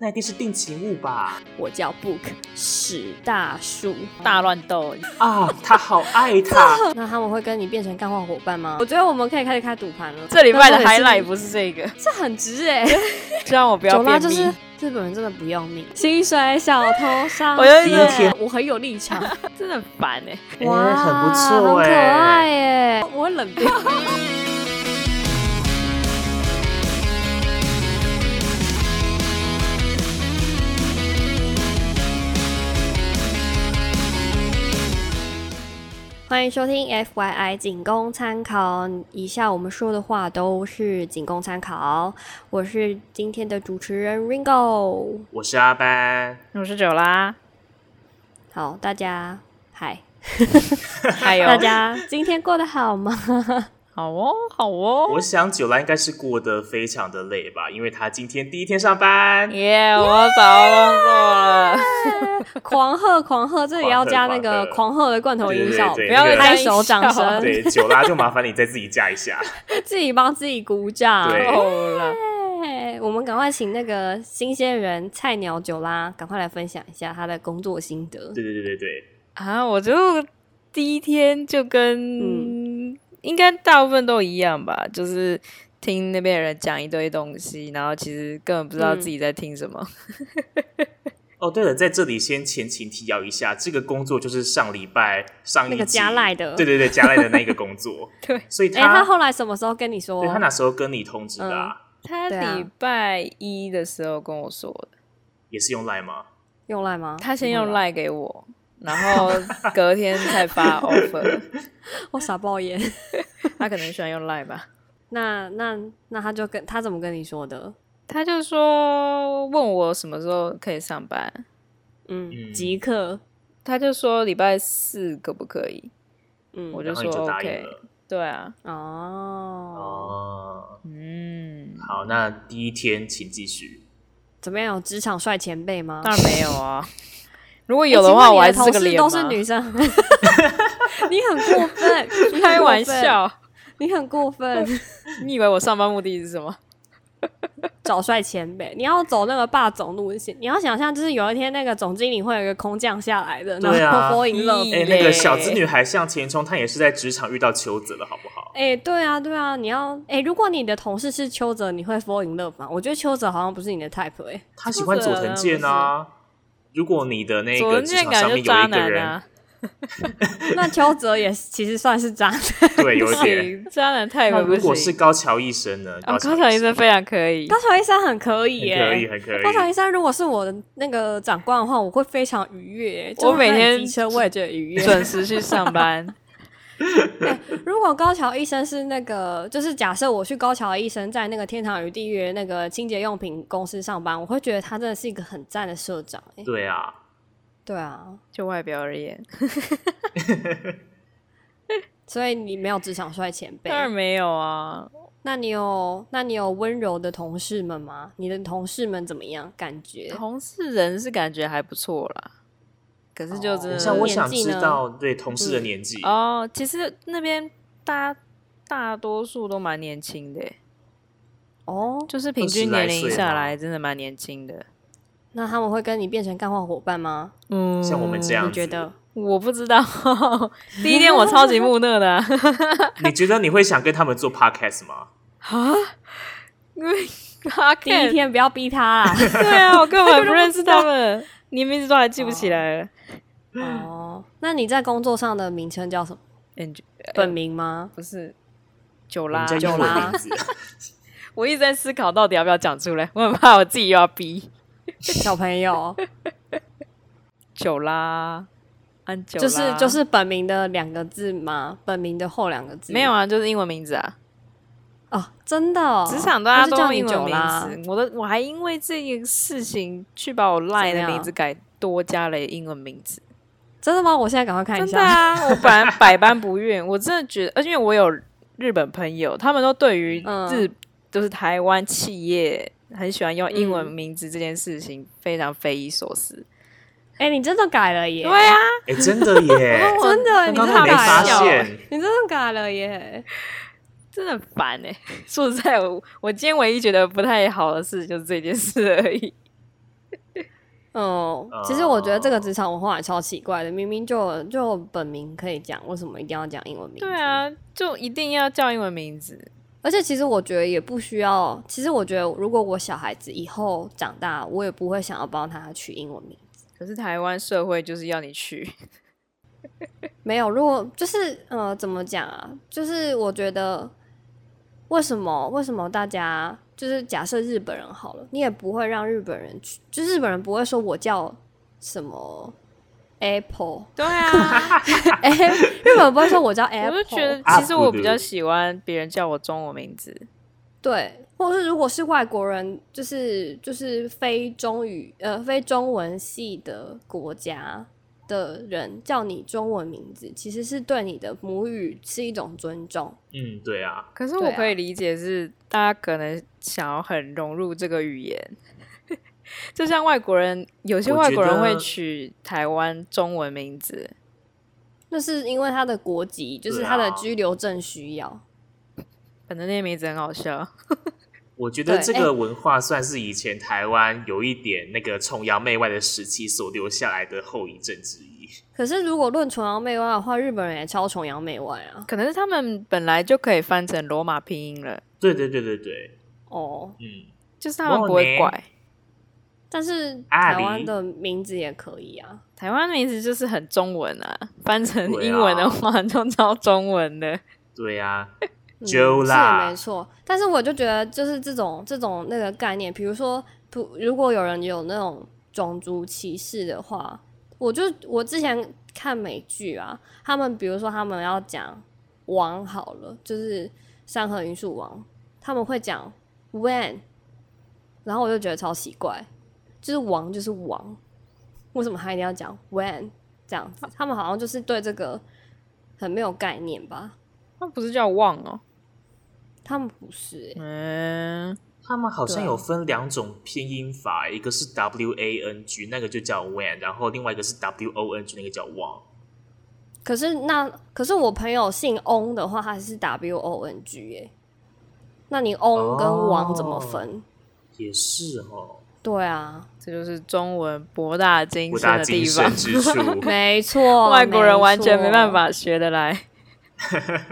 那一定是定情物吧？我叫 Book 史大叔。大乱斗，啊，他好爱他， 那他们会跟你变成干化伙伴吗？我觉得我们可以开始开赌盘了。这礼拜但的是我也 highlight 是不是这 个，这很值哎、希望我不要酒吧便就秘。是日本人真的不要命，薪水小 偷上我有一点线我很有立场，真的很烦哎、哎、哇，很不错很可哎、爱耶，我会冷掉。欢迎收听 FYI 仅供参考，以下我们说的话都是仅供参考。我是今天的主持人 Ringo。我是阿班，我是九 啦，好，大家嗨，还哎有大家今天过得好吗？好哦，好哦我，想九兰应该是过得非常的累吧，因为他今天第一天上班。耶我找到工作了，狂喝狂喝，这里要加那个狂狂喝的罐头音效，对不要那个再拍手掌声对，九拉就麻烦你再自己加一下。自己帮自己鼓掌。对够了。哎我们赶快请那个新鲜人菜鸟九拉，赶快来分享一下他的工作心得。对对对对对，啊，我就第一天就跟、嗯应该大部分都一样吧，就是听那边的人讲一堆东西，然后其实根本不知道嗯自己在听什么。哦对了，在这里先前情提要一下，这个工作就是上礼拜上一那个集加赖的对对对，加赖的那个工作。 对，所 以哎、他后来什么时候跟你说对？他哪时候跟你通知的、啊？他对啊礼拜一的时候跟我说的，也是用赖吗？用赖吗？他先不会用吧，赖给我，然后隔天 才发 offer。我哦傻爆眼。 他可能喜欢用赖吧。那那那他就跟他怎么跟你说的？他就说问我什么时候可以上班，嗯，嗯即刻，他就说礼拜四可不可以，嗯，我然就后说你就答应 OK 了。。对啊，哦，哦，嗯，好，那第一天请继续。怎么样？有职场帅前辈吗？当然没有啊。 如果欸 有的哎请问话，你我还是这同个事脸都吗是女 生， 你很过分，你很开过玩分，哦笑，你很过分，你以为我上班目的是什么？找帅前辈，你要走那个霸总路线，你要想象就是有一天那个总经理会有一个空降下来的，对然啊后 fall in love。哎、对那个小资女孩向前冲，她也是在职场遇到邱泽的好不好？哎、对啊，对啊，你要哎、如果你的同事是邱泽，你会 fall in love 吗？我觉得邱泽好像不是你的 type 哎、她喜欢佐藤健啊。如果你的那左个人职健场感上觉面就渣有一个男人，啊，那邱泽也是其实算是渣男， 对，有不一 点。行，渣男太那不如果是行。高桥医生呢？哦，高桥桥医生非常可 以，高桥医生很可以很耶、可以，很可以。高桥医生如果是我的那个长官的话，我会非常愉悦、欸。我每天机车我也觉得愉悦。准时去上班。如果高桥医生是那个，就是假设我去高桥医生在那个天堂与地狱那个清洁用品公司上班，我会觉得他真的是一个很赞的社长、欸。对啊，对啊，就外表而言，所以你没有职场帅前辈当，然没有啊。那你有那你有温柔的同事们吗？你的同事们怎么样？感觉同事人是感觉还不错啦，可是就哦真等的一下我想年纪知呢道对同事的年纪。哦，其实那边大大多数都蛮年轻的耶，欸哦，就是平均年20来岁龄吗下来真的蛮年轻的。那他们会跟你变成干话伙伴吗？嗯，像我们这样你觉得？我不知道。 第一天我超级木讷的 啊，你觉得你会想跟他们做 podcast 吗？因为他第一天不要逼他啦。对 啊，我根本不认识他们，连名字都还记不起来了。 哦，那你在工作上的名称叫什么？嗯，就本名吗？不是九我拉们，叫九英拉文名字。我一直在思考到底要不要讲出来，我很怕我自己又要逼小朋友，九拉，安九拉，就是就是本名的两个字吗？本名的后两个字没有啊？啊，就是英文名字啊。哦，真的、哦，职场大家那就都叫用你英文久啦。啊名字，我的我还因为这个事情去把我 Line 怎的么样名字改多加了英文名字，真的吗？我现在赶快看一真的下。啊，我本来 百般不愿，我真的觉得，而且因为我有日本朋友，他们都对于嗯日、就是台湾企业很喜欢用英文名字这件事情非常匪夷所思。哎、你真的改了耶！对啊，哎、真的耶！ 真的，你刚真刚的没发改笑了，现，你真的改了耶！真的很烦欸哎、说实在，我我今天唯一觉得不太好的事就是这件事而已。嗯，其实我觉得这个职场文化也超奇怪的，明明就就本名可以讲，为什么一定要讲英文名字？对啊，就一定要叫英文名字。而且其实我觉得也不需要，其实我觉得如果我小孩子以后长大，我也不会想要帮他取英文名字。可是台湾社会就是要 你取，没有，如果就是呃，怎么讲啊？就是我觉得为什么为什么大家就是假设日本人好了，你也不会让日本人取，就日本人不会说我叫什么 Apple，对啊，哎、日本人不会说我叫我 Apple，就觉得啊其实我比较喜欢别人叫我中文名字，对，或者是如果是外国人，就是就是非中语呃非中文系的国家的人叫你中文名字，其实是对你的母语是一种尊重。嗯，对啊，可是对我啊可以理解是大家可能想要很融入这个语言， 就像外国人，有些我外觉国人会得取台湾中文名字，那是因为他的国籍，就是对啊他的居留证需要。反正那些名字很好笑。我觉得对这哎个文化算是以前台湾有一点那个崇洋媚外的时期所留下来的后遗症之一。可是如果论崇洋媚外的话，日本人也超崇洋媚外啊。可能是他们本来就可以翻成罗马拼音了，对对对对对，哦，嗯，就是他们不会哇怪。但是阿台湾里的名字也可以啊。台湾名字就是很中文啊， 翻成对啊英文的话就叫中文的。对啊，嗯揪啦是也没错。但是我就觉得，就是这种这种那个概念，比如说，不，如果有人有那种种族歧视的话，我就我之前看美剧啊，他们比如说他们要讲王好了，就是山河云树王，他们会讲 when，然后我就觉得超奇怪，就是王就是王，为什么他一定要讲 when 这样子？他们好像就是对这个很没有概念吧。 那不是叫忘哦，他们不是、欸，嗯，他们好像对啊有分两种拼音法，一个是 W A N G，那个就叫 when，然后另外一个是 W O N G，那个叫 wang。可是那可是我朋友姓翁的话，他是 W O N G 哎、那你翁跟王怎么分？哦也是哦，对啊，这就是中文博大精博深大的精地方深，之处。 没错， 外国人完全没办错。法学得来。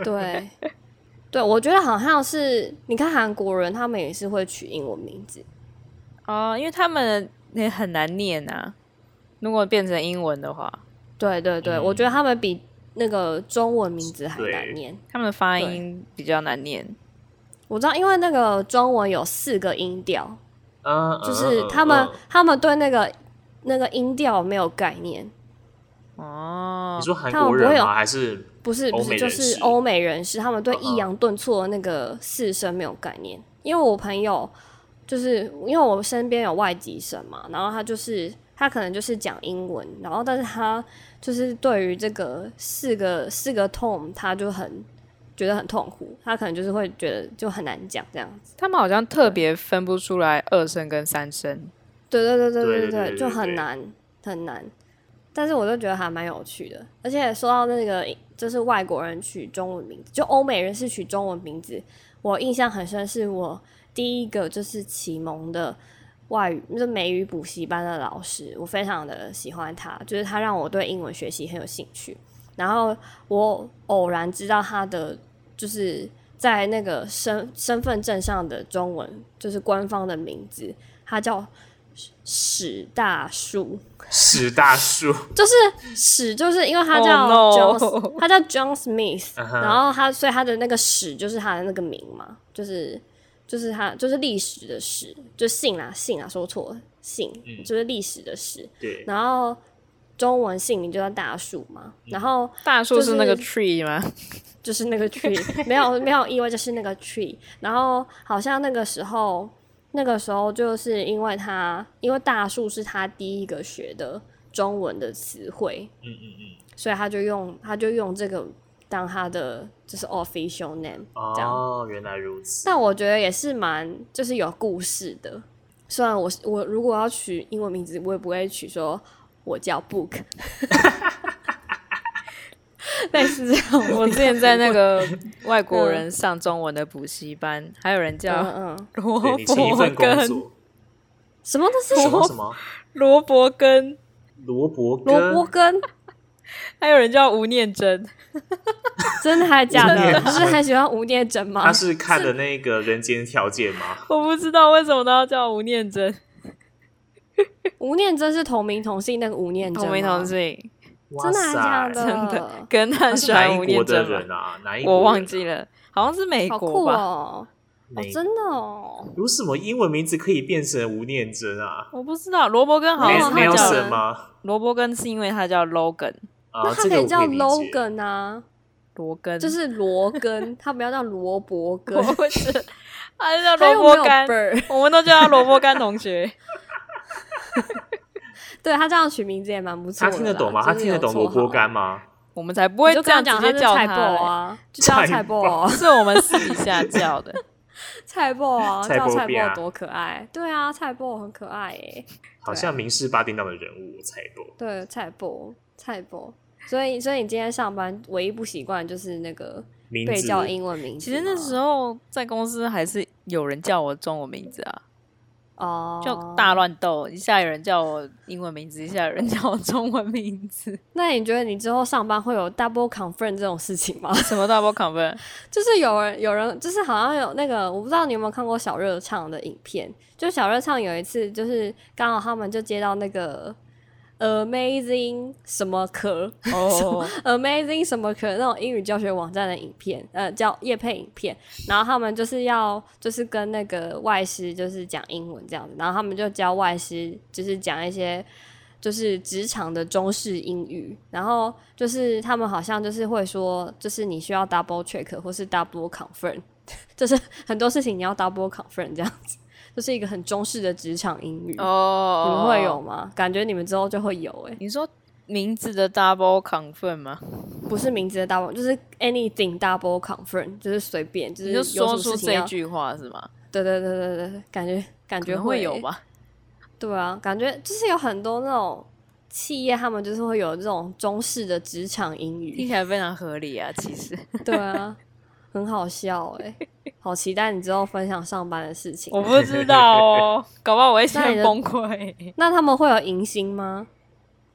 对，对，我觉得好像是你看韩国人，他们也是会取英文名字，哦，因为他们也很难念啊。如果变成英文的话，对对对，嗯我觉得他们比那个中文名字还难对念。他们的发音比较难念。我知道，因为那个中文有四个音调，嗯，就是嗯他们、嗯嗯他们对那个那个音调没有概念，哦你，说韩他们国不会人有吗？还是不是欧不美是，就人是士欧美人士，他们对嗯嗯抑扬顿挫的那个四声没有概念。因为我朋友就是因为我身边有外籍生嘛，然后他就是他可能就是讲英文，然后但是他就是对于这个四个四个 tone，他就很觉得很痛苦，他可能就是会觉得就很难讲这样子。他们好像特别分不出来二声跟三声。对对对对对对对对，对就对很难很难。但是我就觉得还蛮有趣的，而且说到那个，就是外国人取中文名字，就欧美人士取中文名字，我印象很深，是我第一个就是启蒙的外语，就是美语补习班的老师，我非常的喜欢他，就是他让我对英文学习很有兴趣。然后我偶然知道他的就是在那个身身份证上的中文，就是官方的名字，他叫史史大树，史大 叔？就是史，就是因为他 Oh 叫 no John，、他叫 John Smith，嗯哼然后他所以他的那个史就是他的那个名嘛，就是就是他就是历史的史，就姓啊姓啊说错了姓，嗯就是历史的史，对，然后中文姓名就叫大树嘛，嗯然后大树是那个就是 tree 吗？就是那个 tree，没有 没有意外，就是那个 tree。然后好像那个时候，那个时候就是因为他，因为大树是他第一个学的中文的词汇，嗯嗯嗯，所以他就用他就用这个当他的就是 official name 这样。哦，原来如此。但我觉得也是蛮就是有故事的。虽然我我如果要取英文名字，我也不会取说我叫 Book，类 似这种。我之前在那个 外国人上中文的补习班，还有人嗯啊叫嗯，罗对你前一份伯工根，作，什么东西？什么什么萝卜根，萝卜根萝卜根，还有人叫吴念真， 真的还是假吴念的？真不是很喜欢吴念真吗他？是看的那个人间条件吗？我不知道为什么都要叫吴念真， 吴念真是同名同姓那个吴念真吗，同名同姓，哇 真的还是假塞，的？ 真的，跟他他很是喜哪欢吴一国念的真吧人啊？哪一国我人忘记了，好像是美好国酷吧，哦！哦，美真的哦，有什么英文名字可以变成吴念真啊？我不知道萝卜根好没没有像没他有叫什叫么萝卜根是因为他叫 Logan 啊？那这他可个我以叫理解 Logan 啊，罗根，就是 罗根，他不要叫罗伯根我，不是，他就 叫他萝又没有卜干 b，儿，我们都叫他萝卜干同学。 对他这样取名字也蛮不错他的啦。听得懂吗？就是他听得懂有萝绰号卜干吗？我们才不我会就这跟他样讲直他接是叫菜他包欸，啊，就叫菜菜包包啊，是我们私底下叫的。菜包啊，菜叫包菜饼啊包多可爱。对啊，菜包很可爱欸耶。好像明示八点档的人物，我猜过。对，菜包，菜包。所以，所以你今天上班唯一不习惯就是那个名被字叫英文名字 其吗。实那时候在公司还是有人叫我中文名字啊，哦，就大。乱斗，一下有人叫我英文名字，一下有人叫我中文名字，那你觉得你之后上班会有 double confirm 这种事情吗？ 什么 double confirm 就是有人有人就是好像有那个，我不知道你有没有看过小热唱的影片。就小热唱有一次，就是刚好他们就接到那个 amazing 什么壳哦， amazing 什么壳那种英语教学网站的影片，呃，叫叶配影片。然后他们就是要就是跟那个外师就是讲英文这样子，然后他们就教外师就是讲一些就是职场的中式英语，然后就是他们好像就是会说，就是你需要 double check 或是 double confirm，就是 很多事情你要 double confirm 这样子，就是一个很中式的职场英语。哦你们会有？吗？感觉你们之后就会有欸诶、你说名字的 double confirm 吗？不是名字的 double，就是 anything double confirm，就是随便，就是你有就什么说出事情这要句话是吗？对对对对对，对感觉感可觉能会有欸？吧。对啊，感觉就是有很多那种企业，他们就是会有这种中式的职场英听语。 起来非常合理啊，其实对啊，很好笑哎、好期待你之后分享上班的事情。我不知道 哦，搞不好我会那你先的崩溃。那他们会有迎新吗？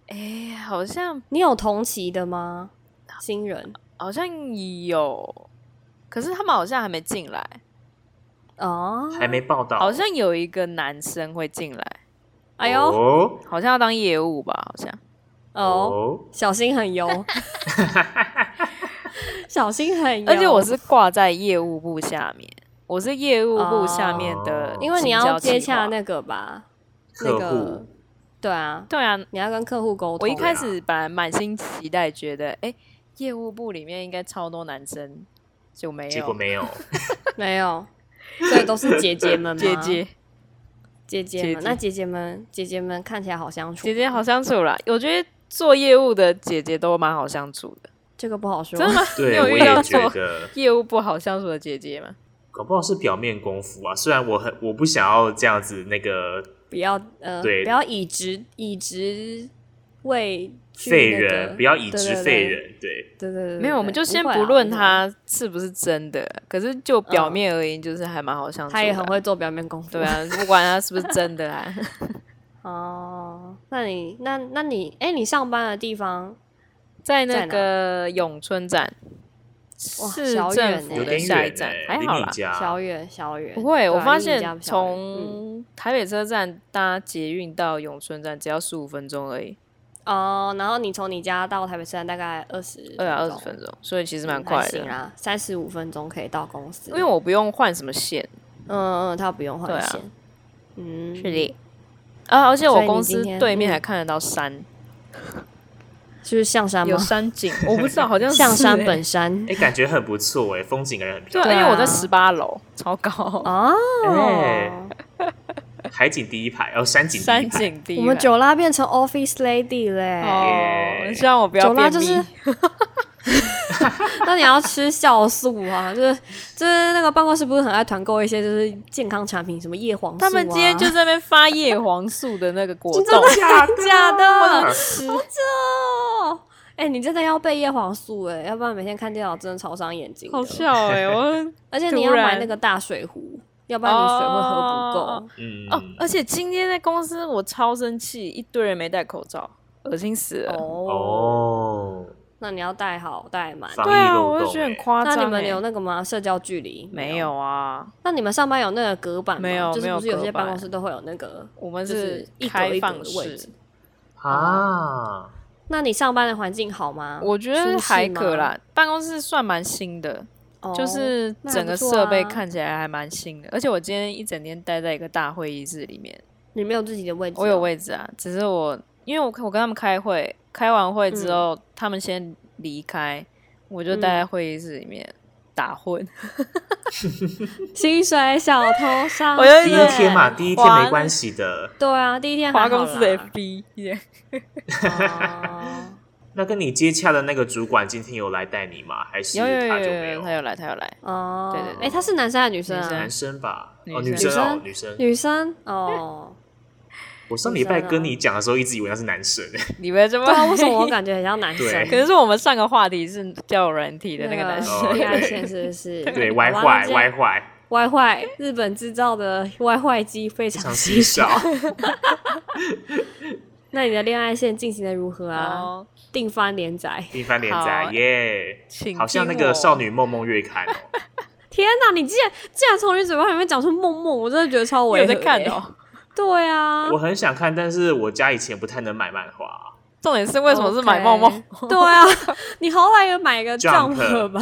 哎，好像你有同期的吗？新人好像有，可是他们好像还没进来，哦，还没报道，好像有一个男生会进来，哎呦哦哦好像要当业务吧，好像哦，小心很 油，小心很油。而且我是挂在业务部下面，我是业务部下面的哦，因为你要接洽下那个吧，那客个户对啊，对啊，你要跟客户沟通。我一开始本来满心期待，觉得哎，业务部里面应该超多男生，就没结果有没有， 没有，所以都是姐姐们吗？ 姐姐。姐姐们，姐姐那姐姐们姐姐们看起来好相处。姐姐好相处啦，我觉得做业务的姐姐都蛮好相处的，这个不好说真，的吗？你对，有我遇也到觉做得，业务不好相处的姐姐吗？搞不好是表面功夫啊。虽然我很我不想要这样子那个不要呃，对不要以职以职为去废那个人，不要以直废，人，对，对对对对对对对，没有，我们就先会啊不论会啊她是不是真的，可是就表面而言，就是还蛮好相处的啊。他也很会做表面功夫。对，啊，不管她是不是真的 啊，哦，那你那那你哎，你上班的地方在那个永春站，市小政远欸府有的点下一远站，哎，还离好你啦。家小远小远，不会，对啊我发离你现家比较远嗯从台北车站搭捷运到永春站只要十五分钟而已，哦，然后你从你家到台北车站大概二十对啊，二十分钟，所以其实蛮嗯快还的行。啦，三十五分钟可以到公司。因为我不用换什么线，嗯嗯，他不用换对啊线。嗯，是的。啊，而且所以我你公今司天对面嗯还看得到 山，就是象山吗有？山景， 我不知道，好像象是山欸本山哎，感觉很不错哎，风景感觉很漂对啊，对因为我啊在十八楼，超高，哦。哎亮，哎海景第一排，哦，山景第山一排，景地。我们九拉变成 office lady 嘞，哦，希望我不要九拉便就秘是。那你要吃酵素啊，就是就是那个办公室不是很爱团购一些就是健康产品，什么叶黄素、啊。他们今天就在那边发叶黄素的那个果 真冻的，假 的？假的？吃哦，哎、你真的要备叶黄素哎、要不然每天看电脑真的超伤眼睛的。 好笑哎，我而且你要突然买那个大水壶，要不然你水会喝不够。哦嗯，哦，而且今天在公司我超生气，一堆人没戴口罩，恶心死了。哦，哦，那你要带好带满。防对疫啊，漏我就洞觉得很欸夸张、那欸。你们有那个吗？社交距离没有？啊？那你们上班有那个隔板吗？没有就是不是有没些有隔板办公室都会有那个？我们就是一格开一格放的位式置，啊，那你上班的环境好吗？我觉得舒适还可吗，啦。办公室算蛮新的，哦就是那还整个不错设备啊看起来还蛮新的。而且我今天一整天待在一个大会议室里面，你没有自己的位置哦，我有位置啊，只是我因为我我跟他们开会，开完会嗯之后，他们先离开，我就待在会议室里面。打混，薪水小偷上 我就线第对一天嘛，第一天华没关系的。对啊，第一天花还好公啦司的 FB，耶哦那跟你接洽的那个主管今天有来带你吗？还是有有他就有没有，他有来，他 有来，哦， 对对对哎，他是男生还是女生女啊男？生吧？哦，女女生生哦，女生。女生 哦，我上礼拜女生啊跟你讲的时候，一直以为他是男生。欸你们这么对啊，为什么我感觉很像男生？啊对 可能是我们上个话题是叫软体的那个男哦生， 恋爱线啊是不是？对，啊歪好吧坏歪坏，歪坏，日本制造的歪坏机非非常常稀少。 那你的恋爱线进行的如何啊？哦，定番连载，一番连载好啊耶，请好像那听个我少女梦梦月刊哦。天哪！你竟然竟然从你嘴巴里面讲出梦梦，我真的觉得超我违有和在的看。哦。对啊我，很想看，但是我家以前不太能买漫画。重点是为什么是买梦梦 OK 对啊，你好歹也买 个 Jump Jump 吧。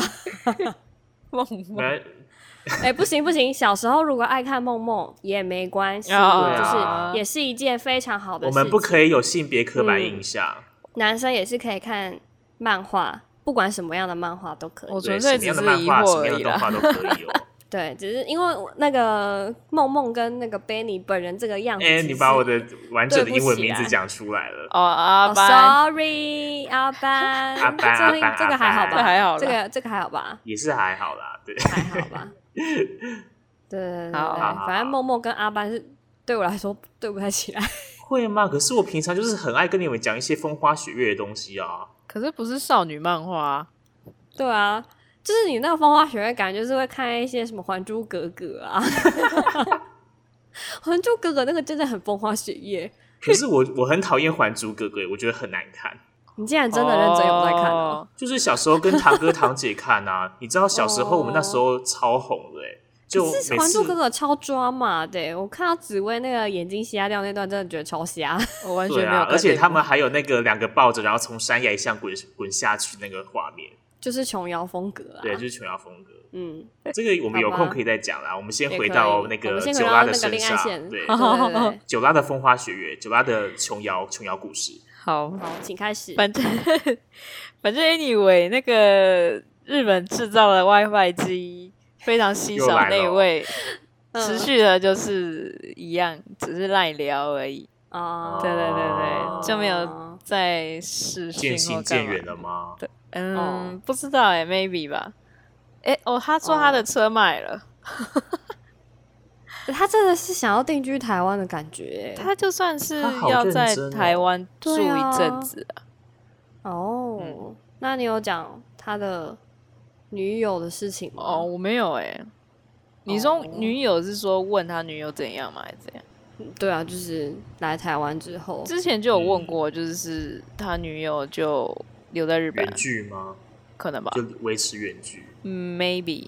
梦梦？呃 哎、不行不行，小时候如果爱看梦梦也没关系，啊就是也是一件非常好的我事情。们不可以有性别刻板印象。男生也是可以看漫画，不管什么样的漫画都可以。我对，纯什么粹只样的是漫疑画、什惑么而样的已动啦。画都可以 哦。对，只是因为我那个梦梦跟那个 Benny 本人这个样子其哎，实，你把我的完整的英文名对不字起啊讲出来了。哦，阿哦、s 班 o r r y 阿班，阿班阿班 这这个还好阿班吧？这还好啦这个这个还好吧？也是还好啦，对，还好 吧？对对对对好好好对，反正梦梦跟阿班是对我来说对不太起来。会吗？可是我平常就是很爱跟你们讲一些风花雪月的东西啊。可是不是少女漫画啊，对啊，就是你那个风花雪月感，就是会看一些什么《还珠格格》啊， 《还珠格格》那个真的很风花雪月。可是我我很讨厌《还珠格格》，我觉得很难看。你竟然真的认真有在看哦？哦。就是小时候跟堂哥堂姐看 啊，你知道小时候我们那时候超红的、欸，就可每是《还珠格次格》超抓马的欸耶，我看到紫薇那个眼睛瞎掉那段，真的觉得超瞎。 我完全对没有啊，看这部。而且他们还有那个两个抱着，然后从山崖上滚滚下去那个画面，就是琼瑶风格啊。对，就是琼瑶风格。嗯，这个我们有好吧空可以再讲啦。我们先也回可到以那我个们先回九到拉的那个身恋爱上，线，对 对，对对，九拉的风花雪月，九拉的琼瑶琼瑶故 事。好，好，请开始。反正 反正 anyway，那个日本制造的 WiFi 机非常稀又少来那一了位，嗯持续的就是一样，只是赖聊而已。啊，对对对哦对，就没有哦在视讯渐或行干渐嘛远。了吗？嗯，哦不知道哎、m a y b e 吧。哎、哦，他说他的车卖了，他真的是想要定居台湾的感觉耶。欸他就算是他好要认在真哦台湾住对一啊阵子啊。哦，那你有讲他的女友的事情吗？哦，，我没有哎、你说哦女友是说问他女友怎样吗？还是怎样？对啊，就是来台湾之哦后，之前就有问过，就是他女友就留在日本啊啊远，距吗？可能吧？就维持远距。嗯，maybe。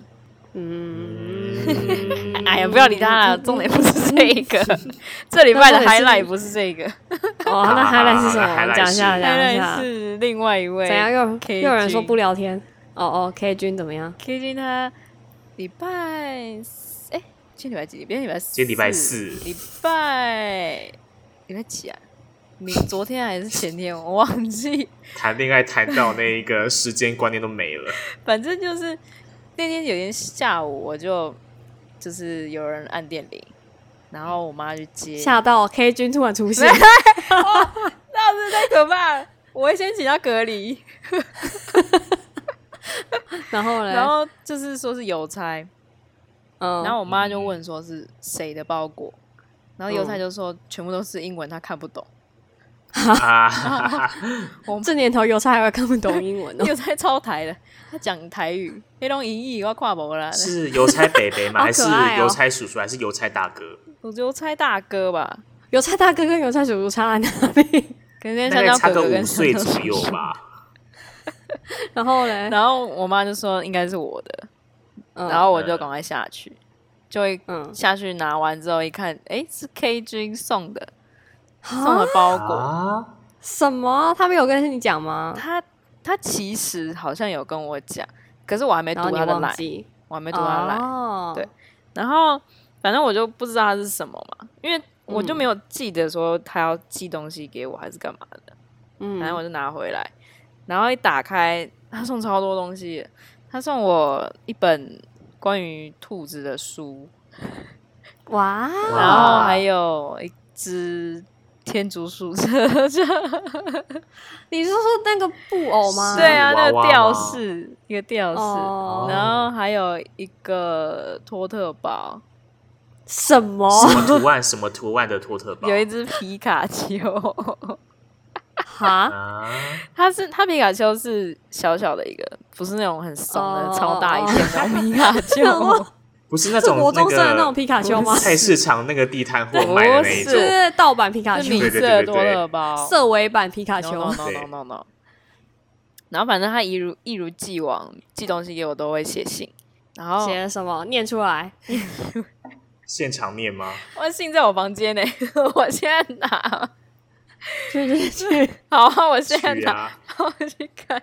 嗯， 哎呀，不要理他啦，重 点不是这一 个，这礼拜那的重点 highlight 是不是 这个哦，那 highlight 是什么？ highlight 讲一下，是讲一，highlight 下。是另外一位。怎样又又有人说 KG 不聊天？哦哦，K 君怎么样？ K 君他礼拜四，哎、今天礼拜几？今天礼拜四，今天礼拜四礼拜礼拜几啊？你昨天还是前天，我忘记。 谈恋爱谈到那一个时间观念都没 了，反正就是那天有天下午，我就就是有人按电铃，然后我妈去接，吓到 K 君突然出 现，那是啊太可怕了。我会先请他隔离，然后嘞，然后就是说是邮差，嗯，然后我妈就问说是谁的包裹，然后邮差就说全部都是英文，他看不懂。啊，这年头邮差还会看不懂英 文哦。又在超台了，他讲台语，黑龙银翼我跨博了，是邮差北北吗？ 好还是可爱哦邮差叔叔？还是邮差大哥？我就猜大哥吧，邮差大哥跟邮差叔叔差在哪里？ 可能大香概蕉差哥个哥跟五岁香蕉左叔右叔。吧。然后嘞，然后我妈就说应该是我的，嗯然后我就赶快下去，就一嗯，下去拿完之后一看，诶，是 K 君送的，送的包裹。啊，什么？他们有跟你讲吗？他他其实好像有跟我讲，可是我还没然后读你他的忘来，记，我还没没读啊他的来。哦，对然后反正我就不知道它是什么嘛，因为我嗯就没有记得说他要寄东西给我还是干嘛的，嗯，反正我就拿回来，然后一打开，他送超多东西的，他送我一本关于兔子的书，哇，然后还有有一只天竺鼠车车，你是说那个布偶吗？对啊，娃那娃个吗吊饰，一个吊饰，哦，然后还有一个托特包，什么？什么图案？什么图案的托特包？有一只皮卡丘。哈，啊，它是它皮卡丘是小小的一个，不是那种很松的、哦超大一片的那种皮卡想说丘。不是那是种国中生的那那种个皮卡丘吗？菜市场那个地摊货卖的那一不就种是，是盗版皮卡是丘米、对对对色对多对乐包，色违版皮卡 no, 丘 no, no, no, 对 no, no. 然后反正他一如一如既往寄东西给我都会写信，然后写的什么？念出来。现场念 吗？我信在我房间呢， 我现在拿，去去去！好啊，我现在去拿，啊！然后我去看，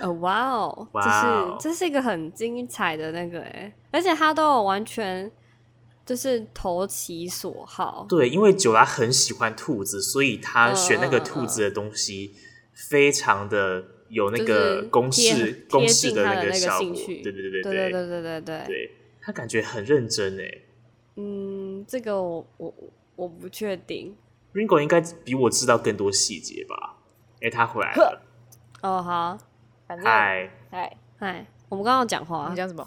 呃，哇 哦，这哇是哦这是一个很精彩的那个哎，而且他都有完全就是投其所好，对，因为九拉很喜欢兔子，所以嗯他选那个兔子的东西非常的有那个就是公贴式贴公式近那他的那个个效果。兴趣对对对对对对对对对对，对他感觉很认真欸诶。嗯，这个我我我不确定 Ringo 应该比我知道更多细节吧？哎，他回来了，哦，好，反正嗨，哎，哎，我们刚刚有讲话你，讲什么？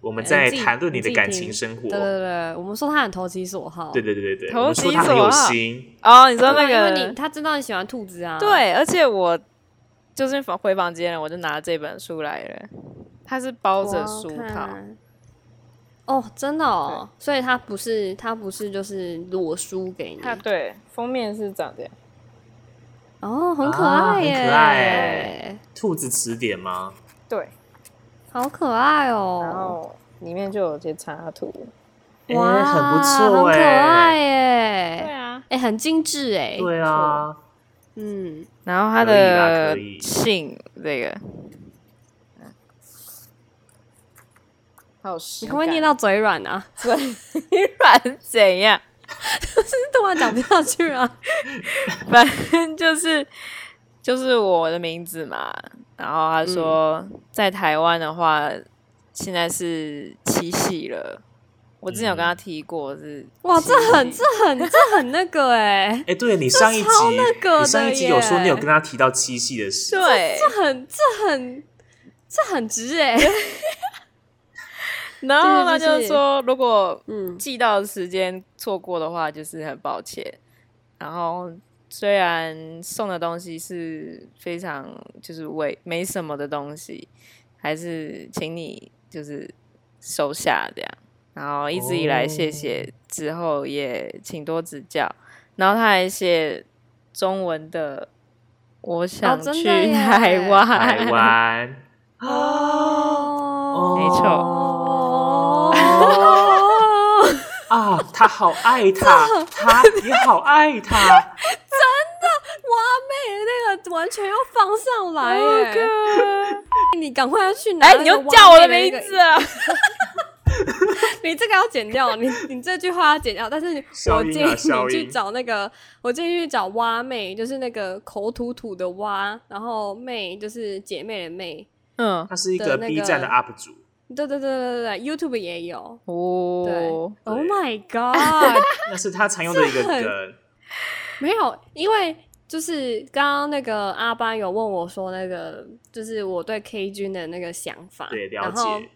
我们哎在你自己谈论你的你自己感听情生活对。对对，我们说他很投其所好，对对对对对，投我们说其他很所有好心，哦，你说对啊，那个因为你他知道你喜欢兔子啊，，对，而且我就是房回房间了，我就拿这本书来了，它是包着书套，哦，真的哦，所以他不是他不是就是裸书给你，它对封面是长这样，哦，很可啊爱很耶，可爱兔子词典吗？对，好可爱然哦，后里面就有些插图，哎，哇，很不错很可爱哎，对耶，啊，哎，很精致哎，对啊，嗯，然后它可以啦的可以信这个，好实你感，可不可以念到嘴软啊？软 怎样？ 突然讲不下去啊，反正就是就是我的名字嘛。然后他说，在台湾的话，现在是七夕了。我之前有跟他提过是七夕，哇，这很这很这很那个哎，哎、对你上一集，个你上的一集有说耶你有跟他提到七夕的事，对。这很这很这很直哎，然后他这个就就是说，如果嗯，寄到的时间错过的话，就是很抱歉。然后虽然送的东西是非常就是为没什么的东西，还是请你就是收下这样。然后一直以来谢谢，之后也请多指教。然后他还写中文的，我想哦真的去耶哎台湾，台湾，哦没错哦， 啊，他好爱他，他也好爱他，哇妹那个完全要放上来哦耶，哥你赶快要去拿哎、那个你又哇叫我的妹名那个字啊！你这个要剪掉，你你这句话要剪掉。但是我消音建啊议你消去音找那个，我建议去找蛙妹，就是那个口吐吐的蛙，然后妹就是姐妹的妹。嗯，他是一的个那个 B 站的 UP 主，对对对对对对，YouTube 也有。对、哦， o h my god！那是他常用的一个这很梗， 没有，因为就是刚刚那个阿班有问我说，那个就是我对 K 君的那个想法，对，了然后解，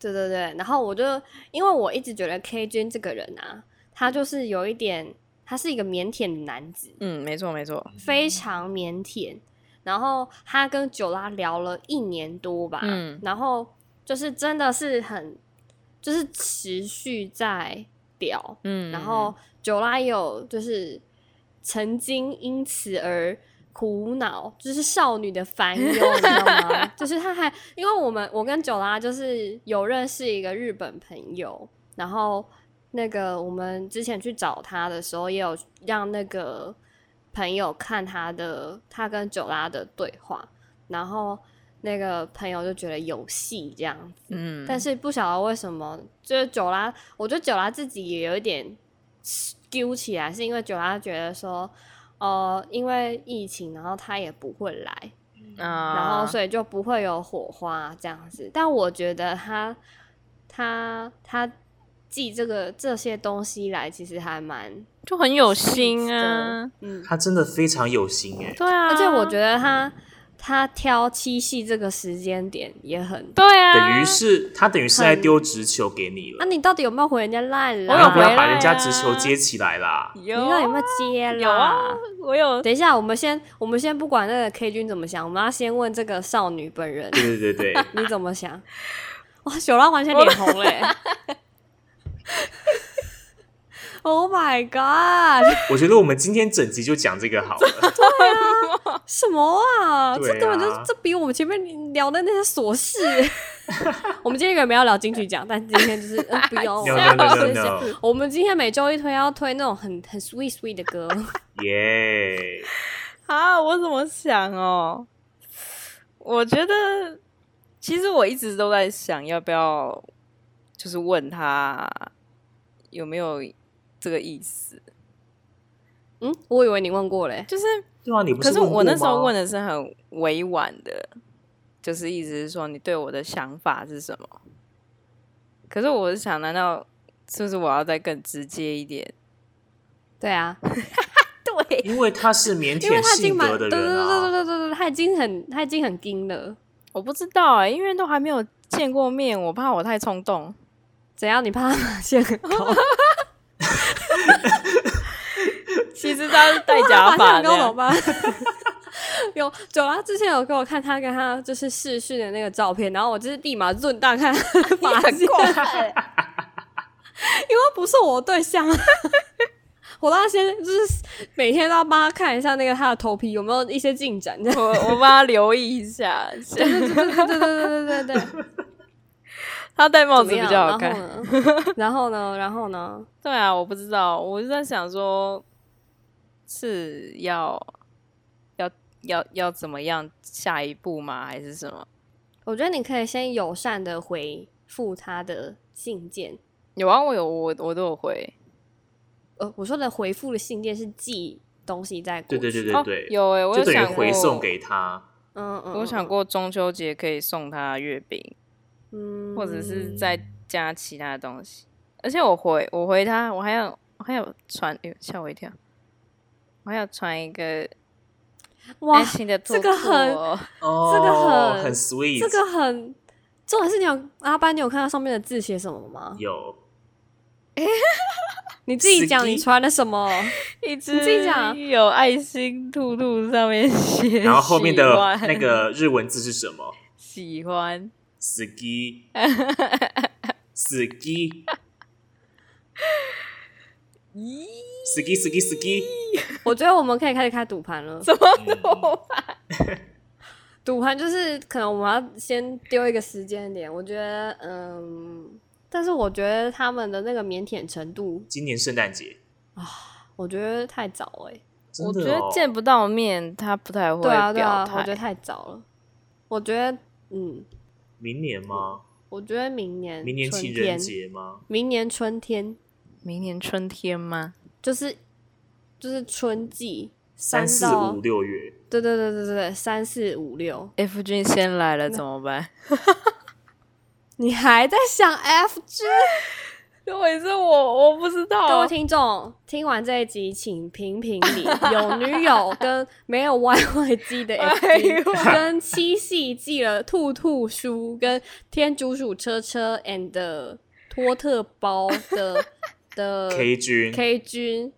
对对对，然后我就因为我一直觉得 K 君这个人啊，他就是有一点他是一个腼腆的男子，嗯，没错没错，非常腼腆。然后他跟九拉聊了一年多吧，嗯然后就是真的是很，就是持续在聊。嗯，然后九拉也有就是曾经因此而苦恼，就是少女的烦忧，你知道吗？就是他还因为我们我跟九拉就是有认识一个日本朋友，然后那个我们之前去找他的时候，也有让那个朋友看他的他跟九拉的对话，然后那个朋友就觉得有戏这样子，嗯，但是不晓得为什么，就是九拉，我觉得九拉自己也有一点丢起来，是因为九拉觉得说，呃，因为疫情，然后他也不会来，啊，然后所以就不会有火花这样子。但我觉得他他他记这个这些东西来，其实还蛮就很有 sweet 心的啊，，嗯，他真的非常有心哎、对啊，而且我觉得他他挑七夕这个时间点也很。对啊，等于是他等于是在丢直球给你了，那、啊你到底有没有回人家烂我然后啦？有不回要来把人家啊直球接起来啦。有你到底有没有啊接啦？有啊，我有等一下，我们先我们先不管那个 K 君怎么想，我们要先问这个少女 本人对对对对，你怎么想？哇，小拉完全脸红嘞、Oh my god！我觉得我们今天整集就讲这个好 了。什么啊？对这根本就啊这比我们前面聊的那些 琐事。我们今天原本要聊金曲奖，但今天就是、 呃、不用 No no no no 谢 谢 no，我们今天每周一推要推那种很很 sweet sweet 的歌。耶！啊，我怎么想哦？我觉得其实我一直都在想，要不要就是问他有没有这个意思，嗯，我以为你问过嘞。就是对啊，你不可是问我那时候问的，的是很委婉的，就是意思是说你对我的想法是什么？可是我是想，难道是不是我要再更直接一点？ 对啊，对，因为他是腼因为腆他已经性蛮格的对对人对对啊，对对对，他已经很他已经很硬了。我不知道哎、因为都还没有见过面，我怕我太冲动。怎样？你怕他马线很高？其实他是戴马 假线发很的高怎么办？ 有九拉之前有给我看他跟他就是试训的那个照片，然后我就是立马润大看他的发线，因 为不是我对象。啊我让他先就是每天都要帮他看一下那个他的头皮有没有一些进展，这样我我帮他留意一 下，对对对对 对对，他戴帽怎子么样比较好看。然后呢？ 然后呢？然后呢？对啊，我不知道，我就在想说，是要要要要怎么样下一步吗？还是什么？我觉得你可以先友善的回复他的信件。有啊，我有我我都有回。呃，我说的回复的信件是寄东西在过对去。对对哦对对，有哎、我就有等于想哦过回送给他。嗯嗯，我想嗯，过中秋节可以送他月饼，嗯，或者是再加其他的东西。而且我回我回他，我还要我还有传，哎呦吓、我一跳，我还要传一个哇爱，心的兔这个兔很哦哦，这个很很 sweet，这个很重点是你有阿班，你有看到上面的字写什么吗？有你自己讲， Sticky 你传了什么？ 一你自己只讲有爱心兔兔上面写，然后后面的喜欢那个日文字是什么喜欢， ？ski ski 咦， ski ski ski，我觉得我们可以开始开赌 盘了。怎么 办？赌盘就是可能我们要先丢一个时间点，我觉得，嗯，但是我觉得他们的那个腼腆程度，今年圣诞节，我觉得太早哎、欸。真我觉的得哦见不到面，他不太会对啊，表态。对啊，我觉得太早了。我觉得，嗯，明年吗？我觉得明年明年春情天人节吗？明年春天明年春天吗？就是就是春季三四到五六月，对对对对对对，三四五六， F 君先来 了怎么办？你还在想 F G？哦如果是我，我不知各道啊位。听众，听完这一集，请评评理，有女友跟没有 YY 机 的 F 哎 G，呦跟七系寄了兔兔书，跟天竺鼠车车 and 托特包的的 K 君 K 君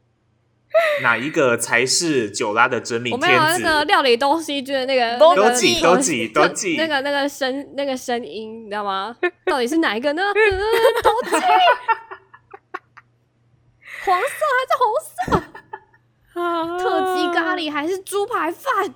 哪一个才是九拉的真我命们有天那子？个料理东西就是那个都那个挤那个都挤都挤那个那个声那个声音，你知道吗？到底是哪一个呢？嗯都挤，黄色还是红色？特特级咖，喱还是猪排饭？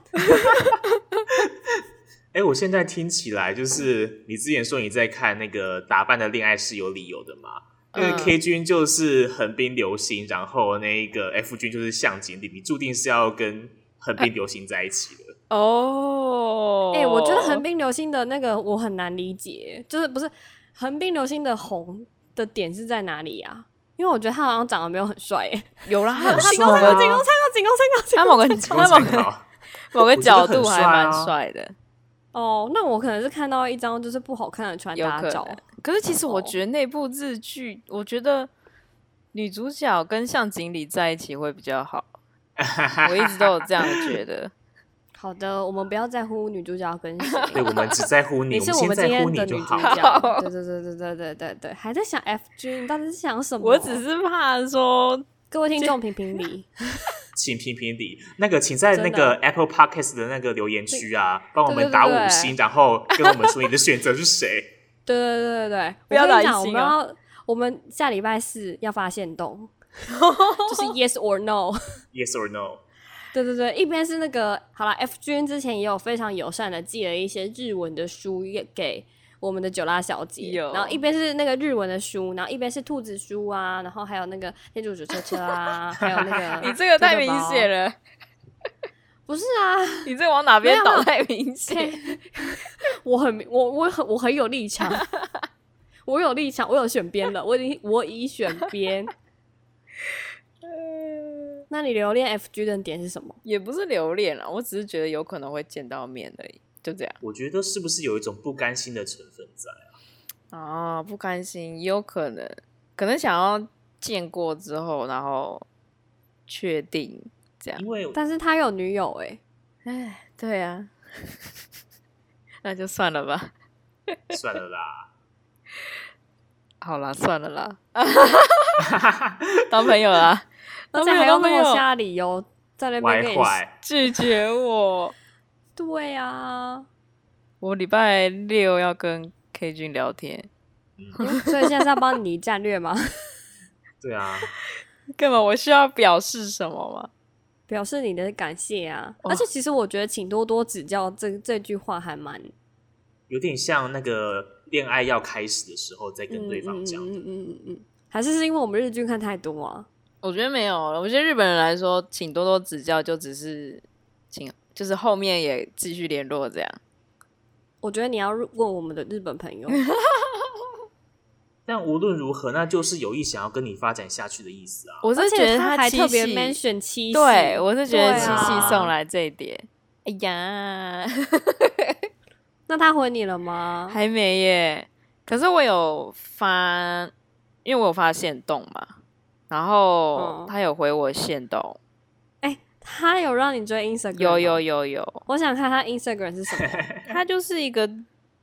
哎、我现在听起来就是你之前说你在看那个《打扮的恋爱是有理由的》嘛？那嗯个 K 君就是横滨流星，然后那个 F 君就是向井理，你注定是要跟横滨流星在一起的。哦，哎、我觉得横滨流星的那个我很难理解，就是不是横滨流星的红的点是在哪里啊？因为我觉得他好像长得没有很帅耶。有啦，他很有帅进攻啊三我个，觉进得攻三个，进攻三个，进他攻某个请他问某参个考，某个我觉得角很度还帅蛮啊帅的，哦，那我可能是看到一张就是不好看的穿有搭可照 能。可是其实我哦觉得那部日剧，我觉得女主角跟向井理在一起会比较 好，我一直都有这样觉 得。好的，我们不要在乎女主角跟谁，对，我们只在乎你，你是我们们今先在天乎你的女就主好。角。对对对对对对对对，还在想 F G，你到底是想什么？我只是怕说，各位听众评评理，请评评理。那个，请在那真的个 Apple Podcast 的那个留言区啊，帮我对们对打对五星，然后跟我们说你的选择是谁。对对对对不要对，我跟打你一讲，我星们哦要我们下礼拜四要发现动，就是 yes or no。 yes or no？对对对，一边是那个好了，F 君之前也有非常友善的寄了一些日文的书也给我们的九拉小姐，有然后一边是那个日文的书，然后一边是兔子书啊，然后还有那个天竺鼠车车啊，还有那个 你这个太明了。显了，不是啊，你这个往哪边没有没倒有太明显。 我很我我很我很有立 场，我有立场，我有选边了，我已经我已选 边。那你留恋 F G 的点是什么？也不是留恋了，我只是觉得有可能会见到面而已，就这样。我觉得是不是有一种不甘心的成分在？啊，不甘心，也有可能，可能想要见过之后，然后确定这样因。为但是他有女友哎、哎，对啊， 那就算了吧。算了啦， 好啦，算了啦，当朋友啦， 而当且朋友还要那当朋友么瞎理由在那边歪跟你。坏。拒绝我。对 啊，我礼拜六要跟 K 君聊天，所以现在是要帮你战略吗？嗯 对啊，干嘛？我需要表示什么吗？表示你的感谢啊！哇而且其实我觉得请多多指教这这句话还蛮有点像那个恋爱要开始的时候再跟嗯对方讲。嗯嗯嗯嗯嗯，还是是因为我们日剧看太多啊？我觉得没有，我觉得日本人来说，请多多指教，就只是请，就是后面也继续联络这样。我觉得你要问我们的日本朋友， 但无论如何，那就是有意想要跟你发展下去的意思啊。 我而是觉且得他还七特别夕 mention 七夕，对我是觉得对七啊夕送来这一点，哎呀，那他回你了吗？还没耶。可是我有发，因为我有发现动嘛，然后嗯他有回我现动，哎、他有让你追 Instagram？有有，有有有，我想看他 Instagram 是什么？他就是一个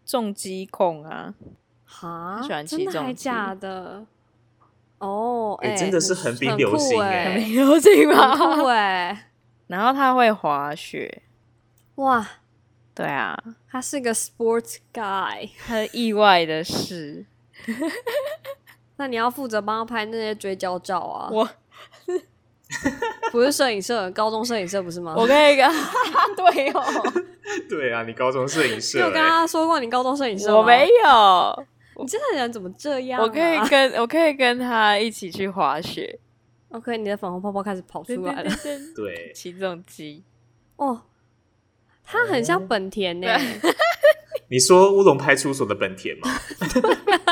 重击控啊， 哈他喜欢，骑真的还重机假的？哦，哎哎、真的是横滨流星哎 哎、有听很酷吗？ 哎、然后他会滑雪，哇，对啊，他是个 sports guy，很意外的是，那你要负责帮他拍那些追焦照啊，我不是摄影社，高中摄影社不是吗？我跟 一个对哦。对啊，你高中摄影你有社、跟欸，他说过你高中摄影社吗我没有，你这个人怎么这样、啊？我可以跟我可以跟他一起去滑雪， OK，你的粉红泡泡开始跑出来了。对，起重机，哦，他很像嗯本 田欸呢、你说乌龙派出所的本田 吗？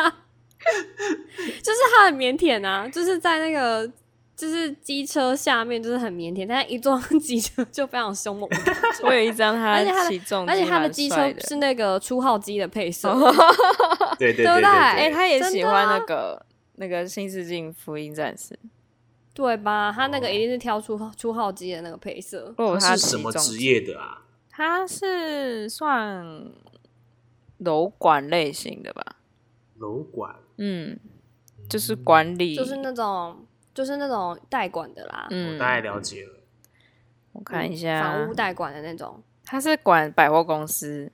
就是他很腼腆啊，就是在那个就是机车下面就是很腼腆，但是一坐上机车就非常凶猛的感我觉。有一张他而且他的起重 机，而且他的蛮机帅车的是那个初号机的配色，对对对不对对哎，对他也真的喜欢那个那个新世纪福音战士， 对吧？他那个一定是挑出初号机的那个配色。我有他他哦是什么起重职机？业的啊？他是算楼管类型的吧？楼管，嗯，就是管理，就是那种就是那种代管的啦，我嗯，大概了解了。我看嗯一房下屋，代管的那种。他是管百货公司，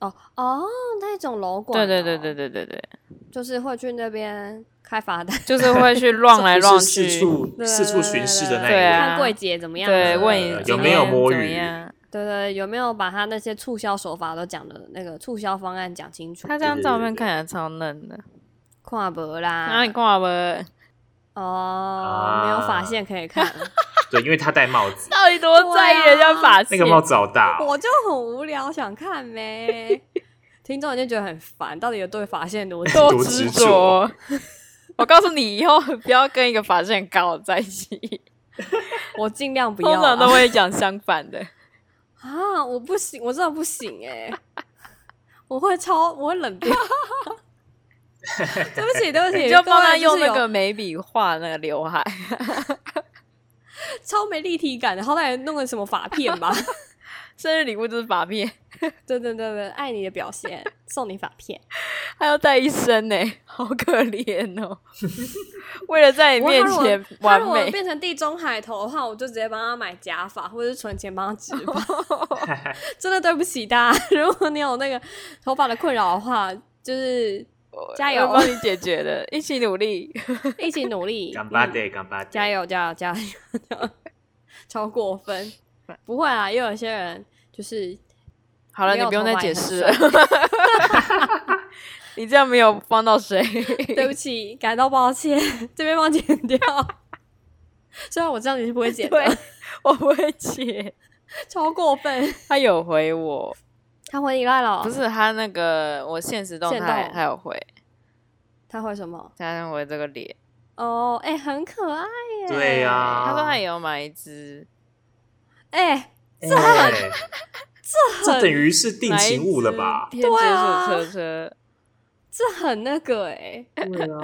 哦哦，那种楼管、哦对对对对，对对对，就是会去那边开罚单，就是会去乱来乱就是去，四处对四处巡视的那一对啊位，看柜姐怎么样啊，对，呃问你有没有今天摸怎么鱼样对对，有没有把他那些促销手法都讲的那个促销方案讲清楚？他这张照片看起来超嫩的，跨博啦，啊，你干嘛不？哦，没有发现可以看，对，因为他戴帽 子，到底多在意人家发那型？个帽子好大哦，我就很无聊，想看呗。听众就觉得很烦，到底有对发现多久？ 多多执执着。我告诉你，以后不要跟一个发线高的在一起，我尽量 不通要、常都啊。会讲相反的。啊，我不行，我真的不行哎、我会超，我会冷掉。对不 起，对不起，你就帮他各位就用是那有个眉笔画那个刘海，超没立体感的，好歹弄个什么发片吧。 生日礼物就是发片，对对对对，爱你的表现，送你发片。还要带一身呢，好可怜哦。 为了在你面我前他完如果美，变成地中海头的话，我就直接帮他买假发，或者是存钱帮他植发。 真的对不起大家， 如果你有那个头发的困扰的话，就是加油我帮你解决的，一起努力。一起努 力，干巴嗯爹，干巴爹，加油加油加油！超过 分，不会啊，也有一些人就是好了，没你有不用再头发也解很释了。 你这样没有帮到谁，对不起，感到抱歉，这边帮我剪掉。 虽然我知道你是不会剪的，对 我不会解。超过分， 他有回我，他回你来了，不是他那个我现实动限态动他有回，他回什么？他回这个脸，哦，哎，很可爱耶。对啊呀他说他也有买一只，哎，哎这很等于是定情物了吧买？一只天竺鼠对车车， 这很那个哎。对啊，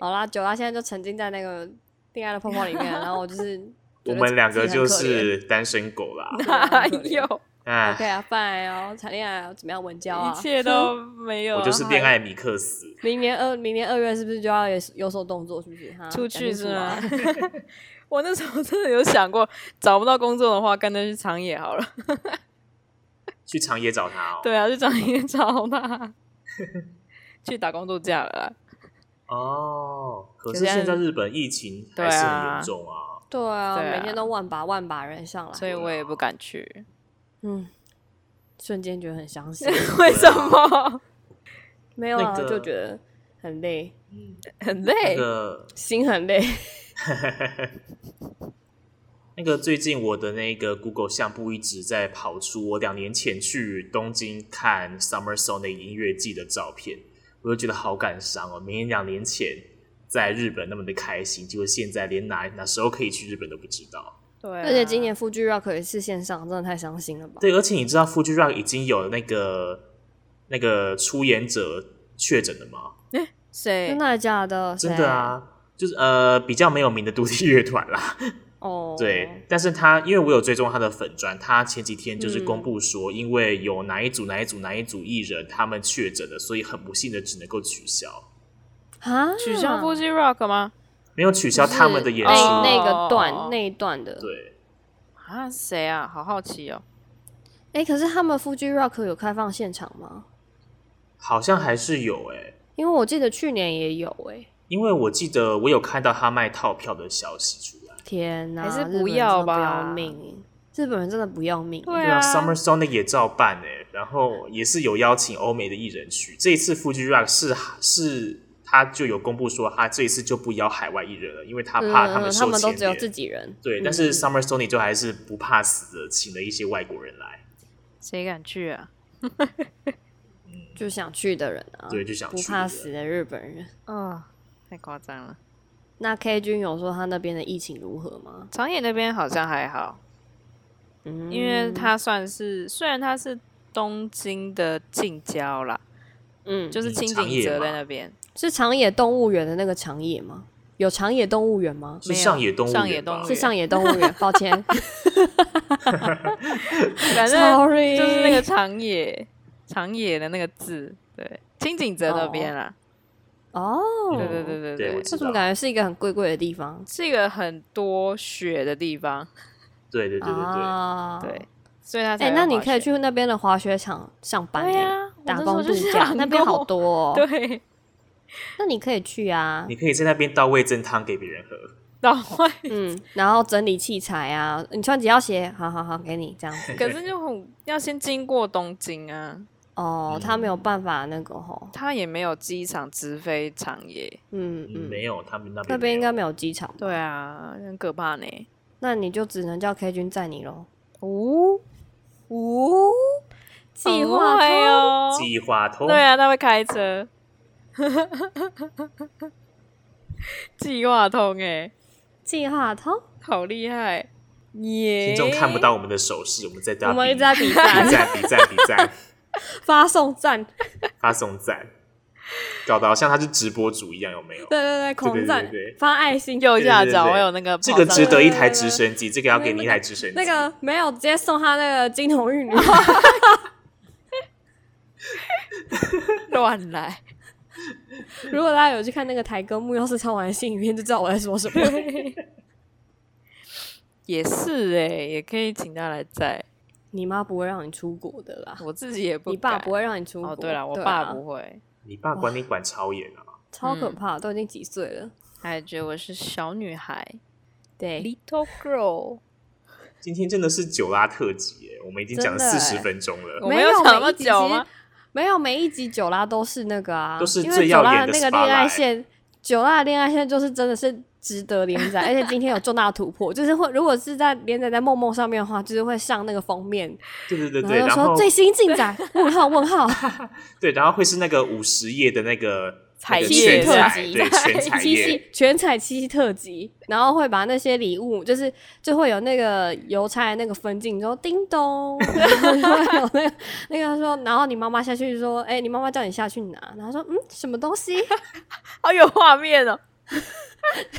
好啦，九拉现在就沉浸在那个恋爱的泡泡里面，然后我就是我们两个就觉得自己很可怜是单身狗啦。哪很可怜有？ OK 哎，啊，fine 哦，谈恋爱哦怎么样稳交啊？一切 都没有啊。我就是恋爱米克斯， 明年二明年二月是不是就要有有所动作？是不是？哈，还出去是吗吗？？ 我那时候真的有想过，找不到工作的话，干脆去长野好了。 去长野找他哦。对啊，去长野找他， 去打工度假了啦。哦，可可是是现在现在日本疫情对还啊是很严重啊。 对啊， 对啊每天都万把万把人上来，所以我也不敢 去。嗯，瞬间觉得很伤 心。为什么？没有啊，那个就觉得很累，很嗯那累。个啊心很累。那个最近我的那个 Google 相簿一直在跑出我两年前去东京看 Summer Sonic 音乐季的照片，我就觉得好感伤哦。明明两年前在日本那么的开心，结果现在连哪哪时候可以去日本都不知道。对啊，而且今年复剧 rock 也是线上，真的太伤心了吧？对，而且你知道 Fuji Rock 已经有那个那个出演者确诊了吗？谁真啊的假的？真谁的？啊。就是呃比较没有名的独立乐团啦，哦，对，，但是他因为我有追踪他的粉砖，他前几天就是嗯公布说，因为有哪一组哪一组哪一组艺人他们确诊了，所以很不幸的只能够取消，啊，取消 Fuji Rock 吗？没有取消就是他们的演那出。哦那个段那一段的。对，啊，谁啊？好好奇哦。哎，可是他们复剧 rock 有开放现场吗？好像还是有诶、因为我记得去年也有哎、因为我记得我有看到他卖套票的消息出来。天哪，还是日本人不要吧真的不要命！日本人真的不要命。对对啊啊，Summer Sonic 也照办诶、然后也是有邀请欧美的艺人去。这一次 Fuji Rock 是是他就有公布说，他这一次就不邀海外艺人了，因为他嗯，怕他嗯们他受们都牵只有连。自己人。对，嗯但是 Summer Sony 就还是不怕死的，请了一些外国人来，谁敢去啊？就想去的人啊，对，就想不去怕了死的日本人。啊、太夸张了。那 K 君有说他那边的疫情如何吗？长野那边好像还好，嗯，因为它算是、虽然它是东京的近郊啦，嗯，就就是清长景野泽嘛在那边，是长野动物园的那个长野吗？有长野动物园吗？是没有上野动物上野园吧动物是园上野动物 园，抱歉反正，sorry，就是那个长野，长野的那个字，对，清景泽那边啦。啊哦，对对对对对，我知这怎么道。感觉是一个很贵贵的地方？是一个很多雪的地方，对对对对对，啊，对，所以它才哎、会那你滑可以雪去那边的滑雪场上班、对欸，啊我打那时工候度就是假，想那边好过多、哦。， 对那你可以去啊你，可以在那边倒味噌汤给别人喝。到外嗯，然后整理器材啊，你穿几号鞋？好好好，给你这样子。可是就很要先经过东京啊，哦，他没有办法那个吼，它也没有机场直飞长野。嗯嗯，嗯，没有，他们那边那边应没有该没有机场，对啊，很可怕呢。那你就只能叫 K 君载你喽。哦哦，计划很会哦，计划通。对啊，他会开车。计划通哎、计划通，好厉害听耶！众看不到我们的手势，我们在我们一直在赞比比赞，赞比赞比赞，发送赞，发送赞，搞得好像他是直播主一样，有没有？对对对，狂赞对对对，发爱心。右下对对对对角对会有那个这个跑值上来得一台直升机，这个要给你一台直升机。那个没有，直接送他那个金童 玉女， 乱来。如果大家有去看那个台歌木曜是超玩的新影片，就知道我在说什么。 也是哎、也可以请他来载，你妈不会让你出国的啦，我自己也不。你爸不。会让你出国。哦，对了，我啊爸不会，你爸管你管超严啊！超可怕，都已经几岁了。他还觉得我是小女孩对， ，little girl。今天真的是酒拉特辑耶，我们已经讲了真的四耶十分钟了。我没有有讲那么久吗每一集其实？没有，每一集九拉都是那个啊，都是因为最九耀拉眼的的那个恋爱 spotlight 线，九拉的恋爱线就是真的是值得连 载，而且今天有重大突破，就是会如果是在连载在梦梦上面的话，就是会上那个封面，对对对对，然然后就后说最新进 展，问号问号，对，然后会是那个五十页的那个彩那个页全彩，特辑 对全彩七页夕，全彩七夕特辑，然后会把那些礼物，就是就会有那个邮差的那个分镜，说叮咚， 然后就会有那个那个说，然后你妈妈下去说，哎、你妈妈叫你下去拿，然后说嗯，什么东西， 好有画面哦，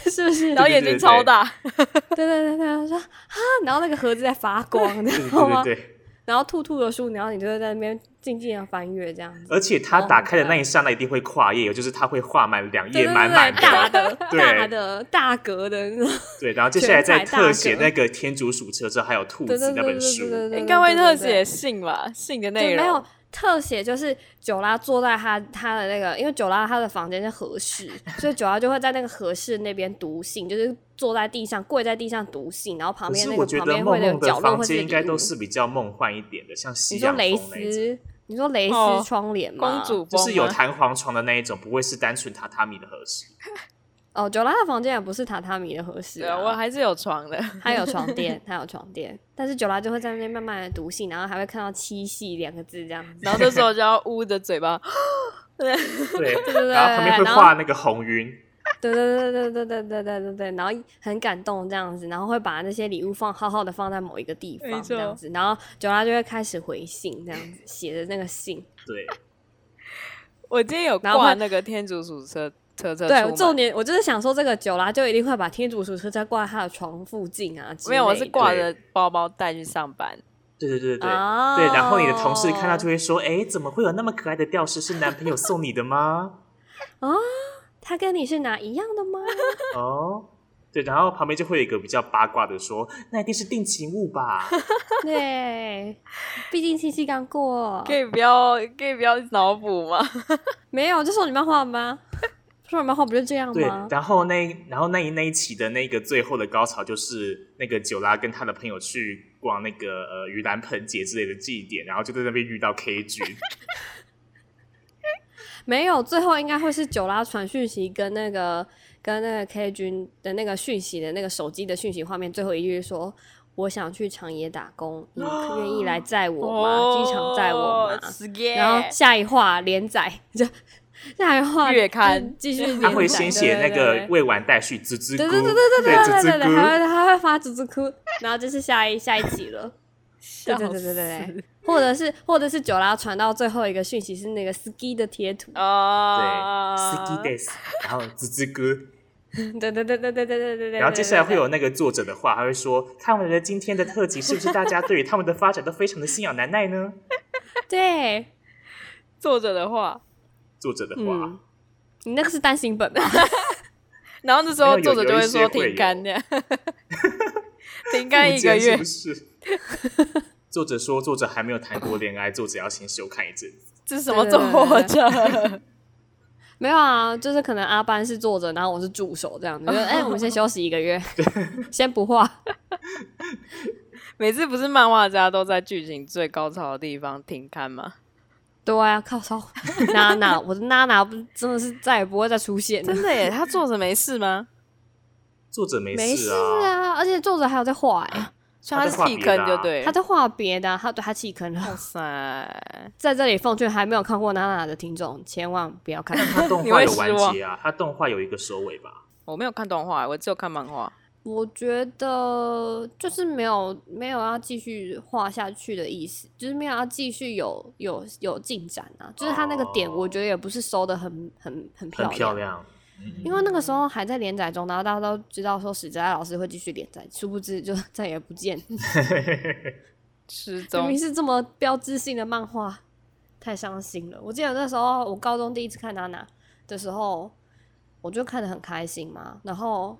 是不是？然对后眼睛超大，对对对，然后说啊，然后那个盒子在发光，你对知道对吗？对对。然后兔兔的书，然后你就会在那边静静的翻阅这样子。而且他打开的那一刹那一定会跨页，哦就是他会画满两哦嗯对页对满满对，大的，的对大的大格的，你知道吗对，然后接下来再全彩大格特写那个天竺鼠车之后，还有兔对对子对那对本对对书，对对，应该会特对对对写信吧？信的内对，容没有特写，就是九拉坐在他他的那个，因为九拉他的房间是和室，所以九拉就会在那个和室那边读信，就是坐在地上跪在地上读信，然后旁可边是那我个觉旁得边会梦的梦的角落房会间应该礼物都是比较梦幻一点的，像西你说洋蕾风那一种，丝，你说蕾丝哦窗帘吗？公主就风吗，是有啊弹簧床的那一种，不会是单纯榻榻米的合 适。哦，九拉的房间也不是榻榻米的和室、对啊，我还是有 床的，它有床垫，它有床垫，但是九拉就会在那边慢慢的读信，然后还会看到“七夕”两个字这样子。然后这时候就要捂着嘴巴，对，对对然后旁边会然后画那个红晕，对对对对对对对对对对，然后很感动这样子，然后会把那些礼物放好好的放在某一个地没方错这样子，然后九拉就会开始回信这样子，写的那个 信。对，我今天有然后挂会那个天竺鼠车车车出对，门重点我就是想说，这个九拉就一定会把天竺鼠车车挂在他的床附近啊之类的，没有，我是挂对着包包带去上班。对对对对对。哦对，然后你的同事看到就会说：“哎，怎么会有那么可爱的吊饰？是男朋友送你的吗啊，他跟你是拿一样的吗？？”哦，对，然后旁边就会有一个比较八卦的说：“那一定是定情物吧对，毕竟七夕刚 过，可以不要，可以不要脑补吗？没有就送你漫画吗？ 送你漫画不就这样？”对吗，？然后那然后那一那一期的那个最后的高潮就是那个九拉跟他的朋友去逛那个呃盂兰盆节之类的祭典，然后就在那边遇到 K 君，没有，最后应该会是九拉传讯息跟那个跟那个 K 君的那个讯息的那个手机的讯息画面，最后一句说：“我想去长野打工，你愿意来载我吗？哦机场载我吗？”是然后耶！下一话连载就下一话月刊就继续连载，他会先写那对个未完待续，滋滋咕，对对对对对对对对滋滋对，还咕，会还会发猪猪哭，然后就是下一下一集了。 对对对对对对，或者是或者是九拉传到最后一个讯息是那个 ski 的贴图，对啊， ，ski days，然后滋滋咕。 对对对对对对对对对。然后接下来会有那个作者的话，他会说：“看完了今天的特辑，是不是大家对于他们的发展都非常的心痒难耐呢对，作者的话，？”作者的话，嗯，你那个是单行本 吧？然后那时候没有有作者就有一些说会停刊有这样，停刊一附件个是月不，是？作者说作者还没有谈过恋爱，作者要先休刊一阵子。这是什么对作对对者？ 没有啊，就是可能阿班是作者，然后我是助手这样子。就哎、我们先休息一个 月， 先不画。每次不是漫画家都在剧情最高潮的地方停刊吗？对啊，靠操，娜娜，我的娜娜不是真的是再也不会再出现了真。的 耶，他作者没事吗？作者没没事啊，啊，而且作者还有在画哎、所以他他在是画弃别坑的就啊对了。他在画别的啊、他对他弃坑哇了。塞，在这里奉劝还没有看过娜娜的听众，千万不要看。他动你画会有失完望结啊，他动画有一个收尾吧？我没有看动画，我只有看漫画。我觉得就是没有没有要继续画下去的意思，就是没有要继续有有有进展啊。就是他那个点，哦我觉得也不是收的很很很漂很亮，漂亮，嗯因为那个时候还在连载中，然后大家都知道说史哲老师会继续连载，殊不知就 再也不见。失明踪明是这么标志性的漫画，太伤心了。我记得那时候我高中第一次看娜娜的时候，我就看得很开心嘛，然后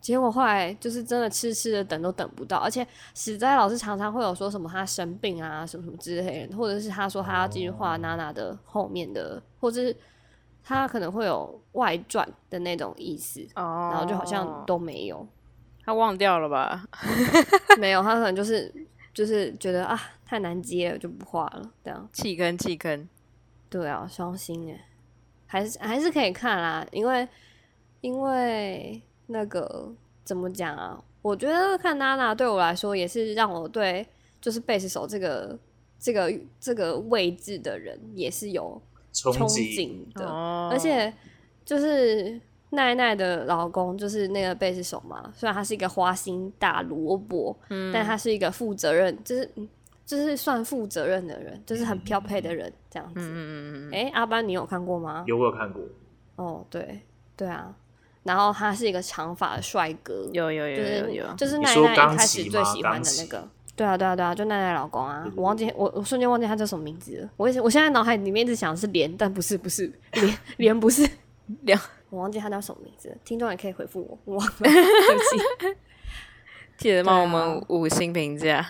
结果后来就是真的痴痴的等都等不到，而且史在老师常常会有说什么他生病啊什么什么之类的，或者是他说他要继续画娜娜的后面的，或者是他可能会有外传的那种意思。哦然后就好像都没有，他忘掉了吧？ 没有，他可能就是就是觉得啊太难接了，就不画了这样。弃坑弃坑，对啊，伤心哎，还是还是可以看啦，因为因为那个怎么讲啊？我觉得看娜娜对我来说也是让我对就是贝斯手这个这个这个位置的人也是有憧憧憬，憬的，哦而且就是奈奈的老公就是那个贝斯手嘛，虽然他是一个花心大萝卜，嗯但他是一个负责任，就是嗯就是算负责任的人，就是很漂配的人这样子。嗯嗯嗯嗯嗯，哎、阿班，你有看过吗？有我有看过，哦，对，对啊。然后他是一个长发的帅哥，有有有有有，就是就是你奈说奈冈一开崎始最吗嗯喜冈欢的那崎个。对啊，对啊，对啊，就奈奈老公啊对，对我忘记我我瞬间忘记他叫什么名字了。我一直我现在脑海里面一直想是莲，但不是不是莲莲 不是两我忘记他叫什么名字了。听众也可以回复我，我忘了，对不记对得帮啊我们五星评价。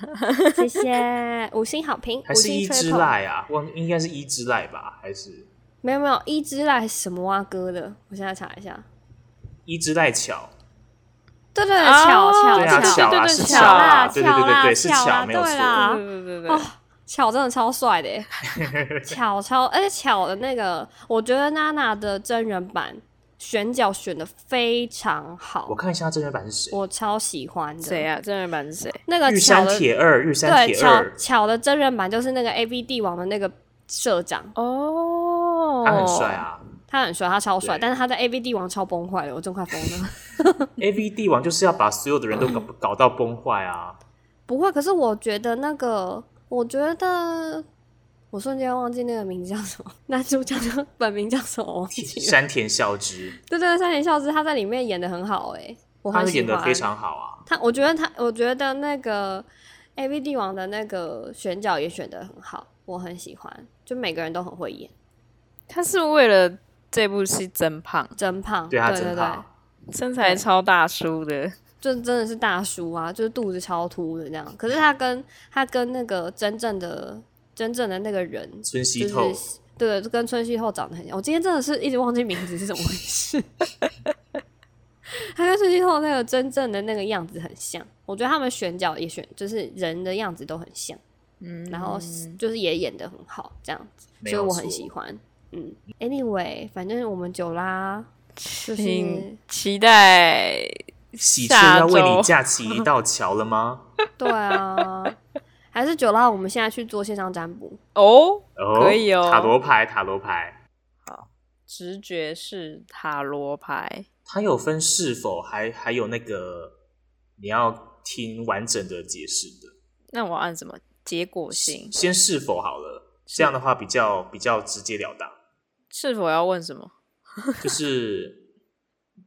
起，谢谢五星好评，还五是星一吹之捧。濑啊？忘应该是一之濑吧？还是没有没有，一之赖什么蛙哥的？我现在查一下。一之濑巧？对对，啊巧哦巧对啊，巧巧啊，对对是巧啊，啦对对对巧对啦对，是巧啦巧，没有对错。啦啊 对对对对哦巧真的超帅的耶，巧超，而且巧的那个，我觉得娜娜的真人版选角选的非常好我，看一下真人版是谁？我超喜欢的。谁啊？真人版是谁？那个玉巧山的，铁二，玉山对铁巧二，巧的真人版就是那个 A V 帝王的那个社长，哦，他很帅。啊。他很帅，他超帅，对但是他在 A V 帝王超崩坏了，我真快疯了。 A V 帝王就是要把所有的人都搞搞到崩坏 啊！不会，可是我觉得那个，我觉得我瞬间忘记那个名字叫什么，男主角的本名叫什么？我忘记了。山田孝之，对对，山田孝之他在里面演的很好哎、 我他很喜演欢。的非常好啊。他我觉得他，我觉得那个 A V 帝王的那个选角也选的很好，我很喜欢。就每个人都很会演，他是为了这部戏增胖，真胖，对对他对真对好，身材超大叔的。就真的是大叔啊，就是肚子超凸的这样。可是他跟他跟那个真正的真正的那个人，村西就透是对对，跟村西后长得很像。我今天真的是一直忘记名字是怎么回事。他跟村西后那个真正的那个样子很像，我觉得他们选角也选，就是人的样子都很像，嗯，然后就是也演的很好，这样子，没所以有我错很喜欢。嗯，anyway，反正我们久啦，就是请期待喜鹊下要为你周架起一道桥了吗？对啊，还是久啦，我们现在去做线上占卜。哦。 哦，可以哦塔罗牌，塔罗牌，直觉是塔罗牌，它有分是否，还还有那个你要听完整的解释的。那我按什么？结果性先是否好了，这样的话比较比较直截了当。是否要问什么？就是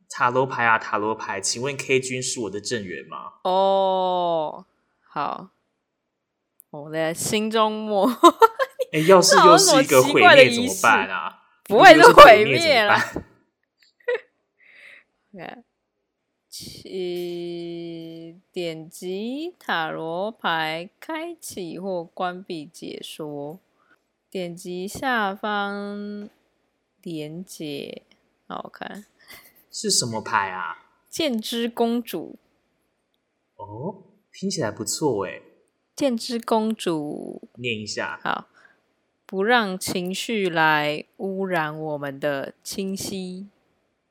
塔罗牌啊，塔罗牌，请问 K 君是我的正缘吗？哦，好，哦我的心中默哎，要是这好又像是一什么个奇毁怪的灭怎仪么式办啊？不会如是果毁灭灭啦。怎么办 OK，七点击塔罗牌开启或关闭解说，点击下方连接，好我看是什么牌啊？剑之公主，哦，听起来不错诶，剑之公主念一下。好，不让情绪来污染我们的清晰，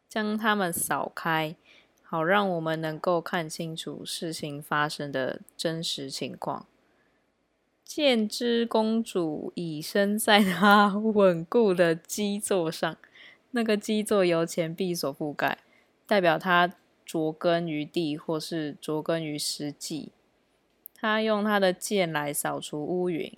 将它们扫开，好让我们能够看清楚事情发生的真实情况。剑之公主倚身在她稳固的基座上，那个基座由钱币所覆盖，代表她着根于地或是着根于实际。她用她的剑来扫除乌云，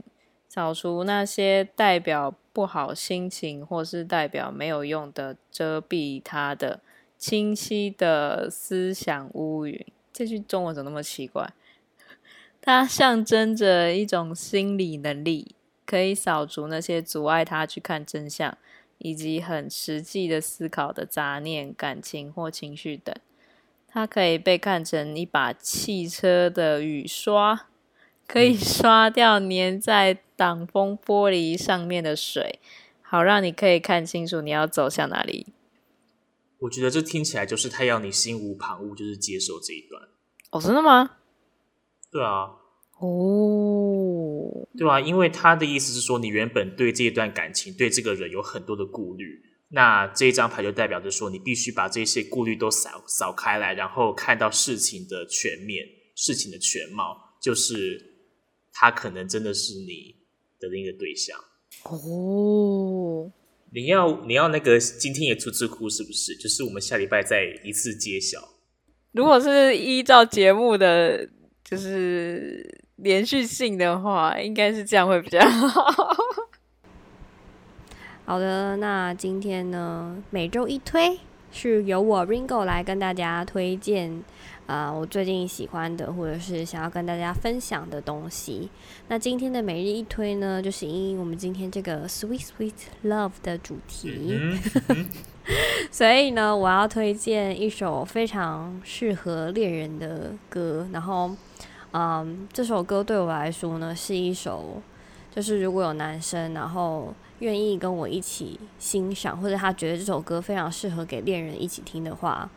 扫除那些代表不好心情或是代表没有用的遮蔽他的清晰的思想乌云。这句中文怎么那么奇怪？ 它象征着一种心理能力，可以扫除那些阻碍他去看真相，以及很实际的思考的杂念、感情或情绪等。它可以被看成一把汽车的雨刷。可以刷掉粘在挡风玻璃上面的水，好让你可以看清楚你要走向哪里。我觉得这听起来就是他要你心无旁骛，就是接受这一段。哦，真的吗？对啊，哦，对啊，因为他的意思是说，你原本对这一段感情、对这个人有很多的顾虑，那这一张牌就代表着说，你必须把这些顾虑都扫扫开来，然后看到事情的全面、事情的全貌，就是他可能真的是你的另一个对象。哦，你要你要那个今天也出出哭是不是？就是我们下礼拜再一次揭晓。如果是依照节目的就是连续性的话，应该是这样会比较好。好的，那今天呢，每周一推是由我 Ringo 来跟大家推荐，呃，我最近喜欢的或者是想要跟大家分享的东西。那今天的每日一推呢，就是因应我们今天这个 Sweet Sweet Love 的主题， 嗯，所以呢，我要推荐一首非常适合恋人的歌，然后。嗯，这首歌对我来说呢，是一首就是如果有男生，然后愿意跟我一起欣赏，或者他觉得这首歌非常适合给恋人一起听的话，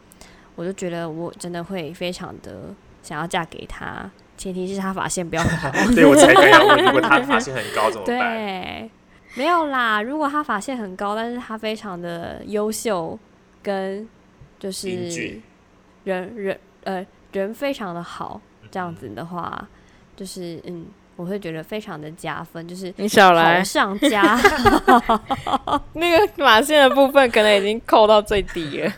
我就觉得我真的会非常的想要嫁给他，前提是他发现不要对我才想要问，如果他发现很高怎么 办？对，没有啦。如果他发现很高，但是他非常的优秀，跟就是英俊人人呃人非常的好，这样子的话，就是嗯，我会觉得非常的加分，就是 你少好来，上加。那个马线的部分可能已经扣到最低了。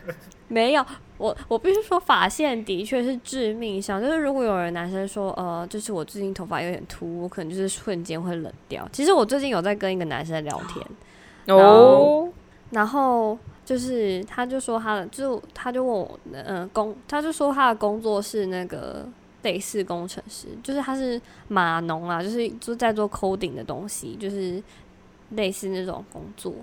没有，我我必须说，发线的确是致命伤。就是如果有人男生说，呃，就是我最近头发有点秃，我可能就是瞬间会冷掉。其实我最近有在跟一个男生聊天，哦，然后就是他就说他的，就他就问我，呃，工，他就说他的工作是那个类似工程师，就是他是码农啦，就是就在做 coding 的东西，就是类似那种工作。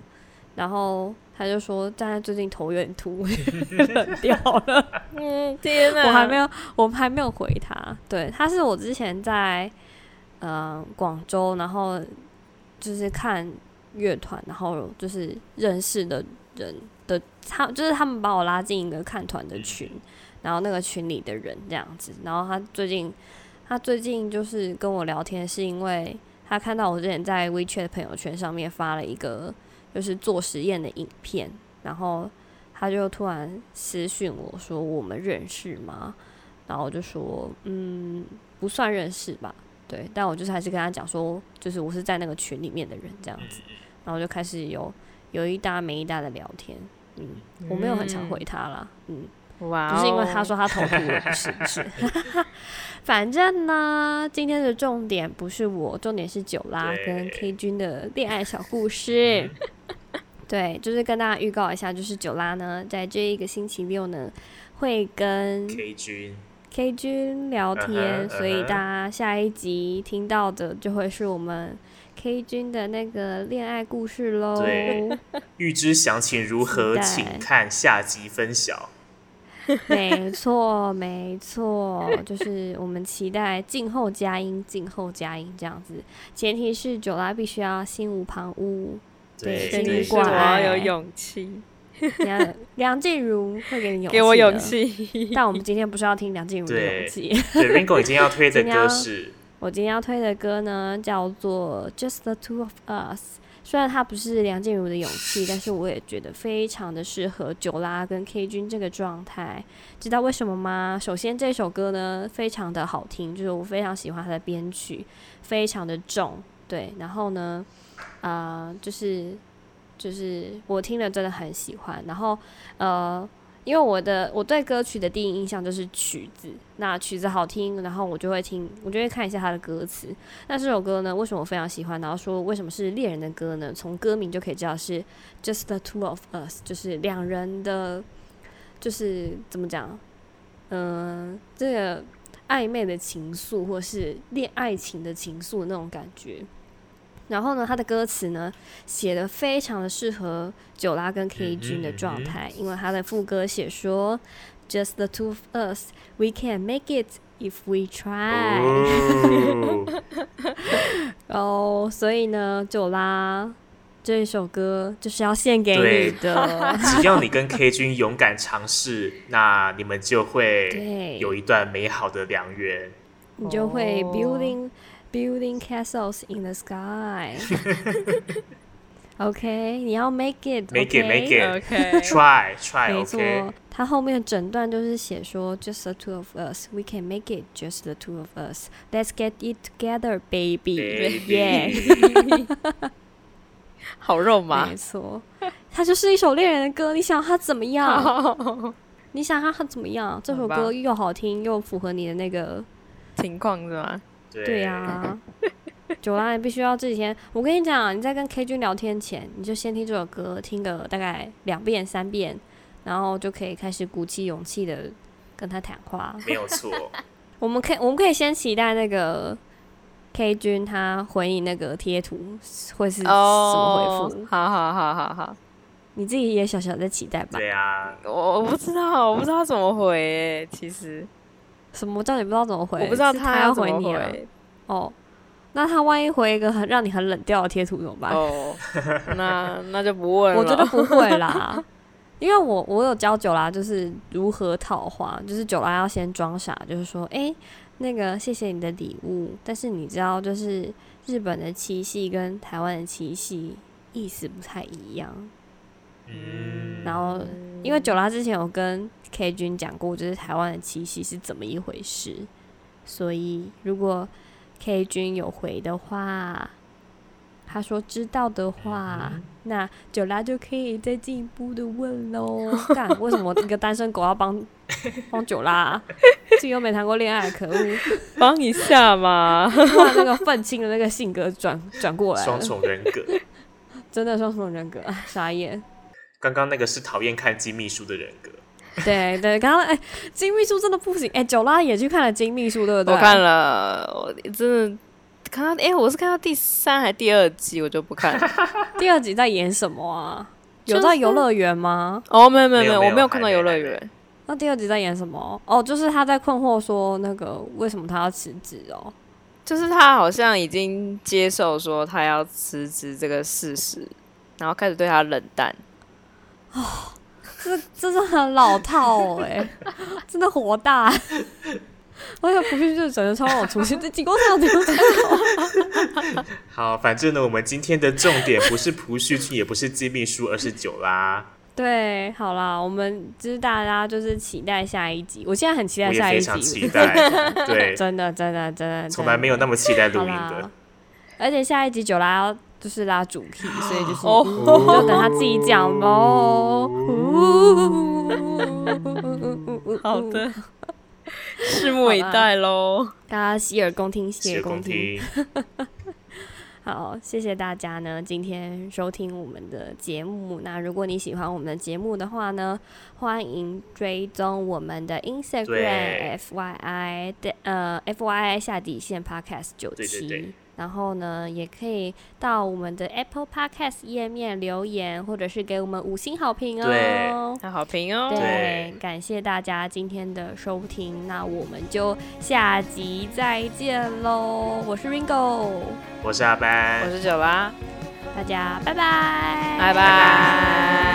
然后他就说，但他最近头有点秃， 冷掉了。嗯，天哪，我还没有，我还没有回他。对，他是我之前在呃广州，然后就是看乐团，然后就是认识的人的，他就是他们把我拉进一个看团的群，然后那个群里的人这样子。然后他最近，他最近就是跟我聊天，是因为他看到我之前在 WeChat 朋友圈上面发了一个就是做实验的影片，然后他就突然私讯我说：“我们认识吗？”然后我就说：“嗯，不算认识吧。”对，但我就是还是跟他讲说，就是我是在那个群里面的人这样子，然后就开始有有一搭没一搭的聊天。嗯，我没有很常回他啦，嗯，哇、哦，不是因为他说他头秃哦了，不是不是， 反正呢，今天的重点不是我，重点是九拉跟对嗯 K 君的恋爱小故事。对，就是跟大家预告一下，就是九拉呢，在这一个星期六呢，会跟 K 君， K 君聊天嗯哼所以嗯哼大家下一集听到的就会是我们 K 君的那个恋爱故事喽。对欲知详情如何，期待请看下集分晓。 没错，没错，就是我们期待静候佳音，静候佳音这样子。前提是九拉必须要心无旁 骛，对对心对无是挂我碍要有勇气，梁梁静茹会给你勇气，给我勇。气。但我们今天不是要听梁静茹的对勇气， 对，Ringo 已经要推的今天要歌是，我今天要推的歌呢叫做《Just the Two of Us》。虽然它不是梁静茹的勇气，但是我也觉得非常的适合九拉跟 K 君这个状态。知道为什么吗？首先这首歌呢非常的好听，就是我非常喜欢它的编曲，非常的重，对。然后呢，呃，就是就是我听了真的很喜欢。然后呃，因为我的我对歌曲的第一印象就是曲子，那曲子好听，然后我就会听，我就会看一下它的歌词。那这首歌呢，为什么我非常喜欢？然后说为什么是恋人的歌呢？从歌名就可以知道是 Just the Two of Us，就是两人的，就是怎么讲，嗯、这个暧昧的情愫，或是恋爱情的情愫那种感觉。然后呢，它的歌词呢写的非常的适合九拉跟 K 君的状态，因为它的副歌写说 Just the two of us, we can make it if we try。哦，哦所以呢，九拉这一首歌就是要献给对。你的只要你跟 K 君勇敢尝试，那你们就会对，有一段美好的良缘。 你就会哦 building、building castles in the sky 。OK，你要 make it，make、 Make it, make it OK，Try, try, 没 OK 错。，它后面整段就是写说，just the two of us，we can make it，just the two of us，let's get it together, baby，yeah。 Baby 好肉麻没。错，它就是一首恋人的歌。你想它怎么 样？你想它怎么样？这首很棒歌又好听，又符合你的那个。情况是吗？对对 啊，九拉，你必须要这几天。我跟你讲，你在跟 K 君聊天前，你就先听这首歌，听个大概两遍、三遍，然后就可以开始鼓起勇气的跟他谈话。没有 错。我们可以，我们可以先期待那个 K 君他回你那个贴图会是什哦么回复。好好好好好，你自己也小小的期待吧。对啊，我我不知道，我不知道怎么回欸、其实什么叫你不知道怎么回？我不知道是他他要怎回么你啊。回。哦，那他万一回一个很让你很冷掉的贴图怎么办？哦， 那那就不问了。我觉得不会啦，因为我我有教九啦，就是如何套话，就是九啦要先装傻，就是说，诶，那个谢谢你的礼物，但是你知道，就是日本的七夕跟台湾的七夕意思不太一样，嗯，然后因为九拉之前有跟 K 君讲过，就是台湾的七夕是怎么一回事，所以如果 K 君有回的话，他说知道的话，那九拉就可以再进一步的问 喽。干，为什么一个单身狗要帮 帮九拉啊、自己又没谈过恋爱，可恶！帮一下 嘛，突然那个愤青的那个性格转 转过来了双，重人格。真的双重人格，啊傻眼。刚刚那个是讨厌看金秘书的人格，对对，刚刚哎，金秘书真的不行哎，九拉也去看了金秘书，对不对？我看了，我真的看到，哎、我是看到第三还第二集，我就不看 了。第二集在演什么啊？就有是到游乐园吗？哦，没有没有没有有，没我有没有看到还没游乐还没园。那第二集在演什么？哦，就是他在困惑说那个为什么他要辞职哦。就是他好像已经接受说他要辞职这个事实，然后开始对他冷淡。这这是很老套哎、 真的火大。我想不去就整个超我出现这几公尺的好，反正呢，我们今天的重点不是朴叙俊，也不是金秘书，而是九 拉。 对，好啦，我们就是大家就是期待下一集。我现在很期我待也下一非集，常期待， 对，真的真的真的，从来没有那么期待录好音啦的。，而且下一集九拉要就是拉主题，所以就是、哦嗯就等他自己讲喽。哦好， 的，嗯拭目以好吧待喽。大家洗耳恭听，洗洗耳耳恭恭听。听，好，谢谢大家呢，今天收听我们的节目。那如果你喜欢我们的节目的话呢，欢迎追踪我们的 Instagram 对 FYI 的呃 FYI 下底线 Podcast 九对对七对。然后呢，也可以到我们的 Apple Podcast 页面留言，或者是给我们五星好评哦。那好评哦，对对，感谢大家今天的收听，那我们就下集再见喽！我是 Ringo，我是阿班，我是九八，大家拜拜，拜拜。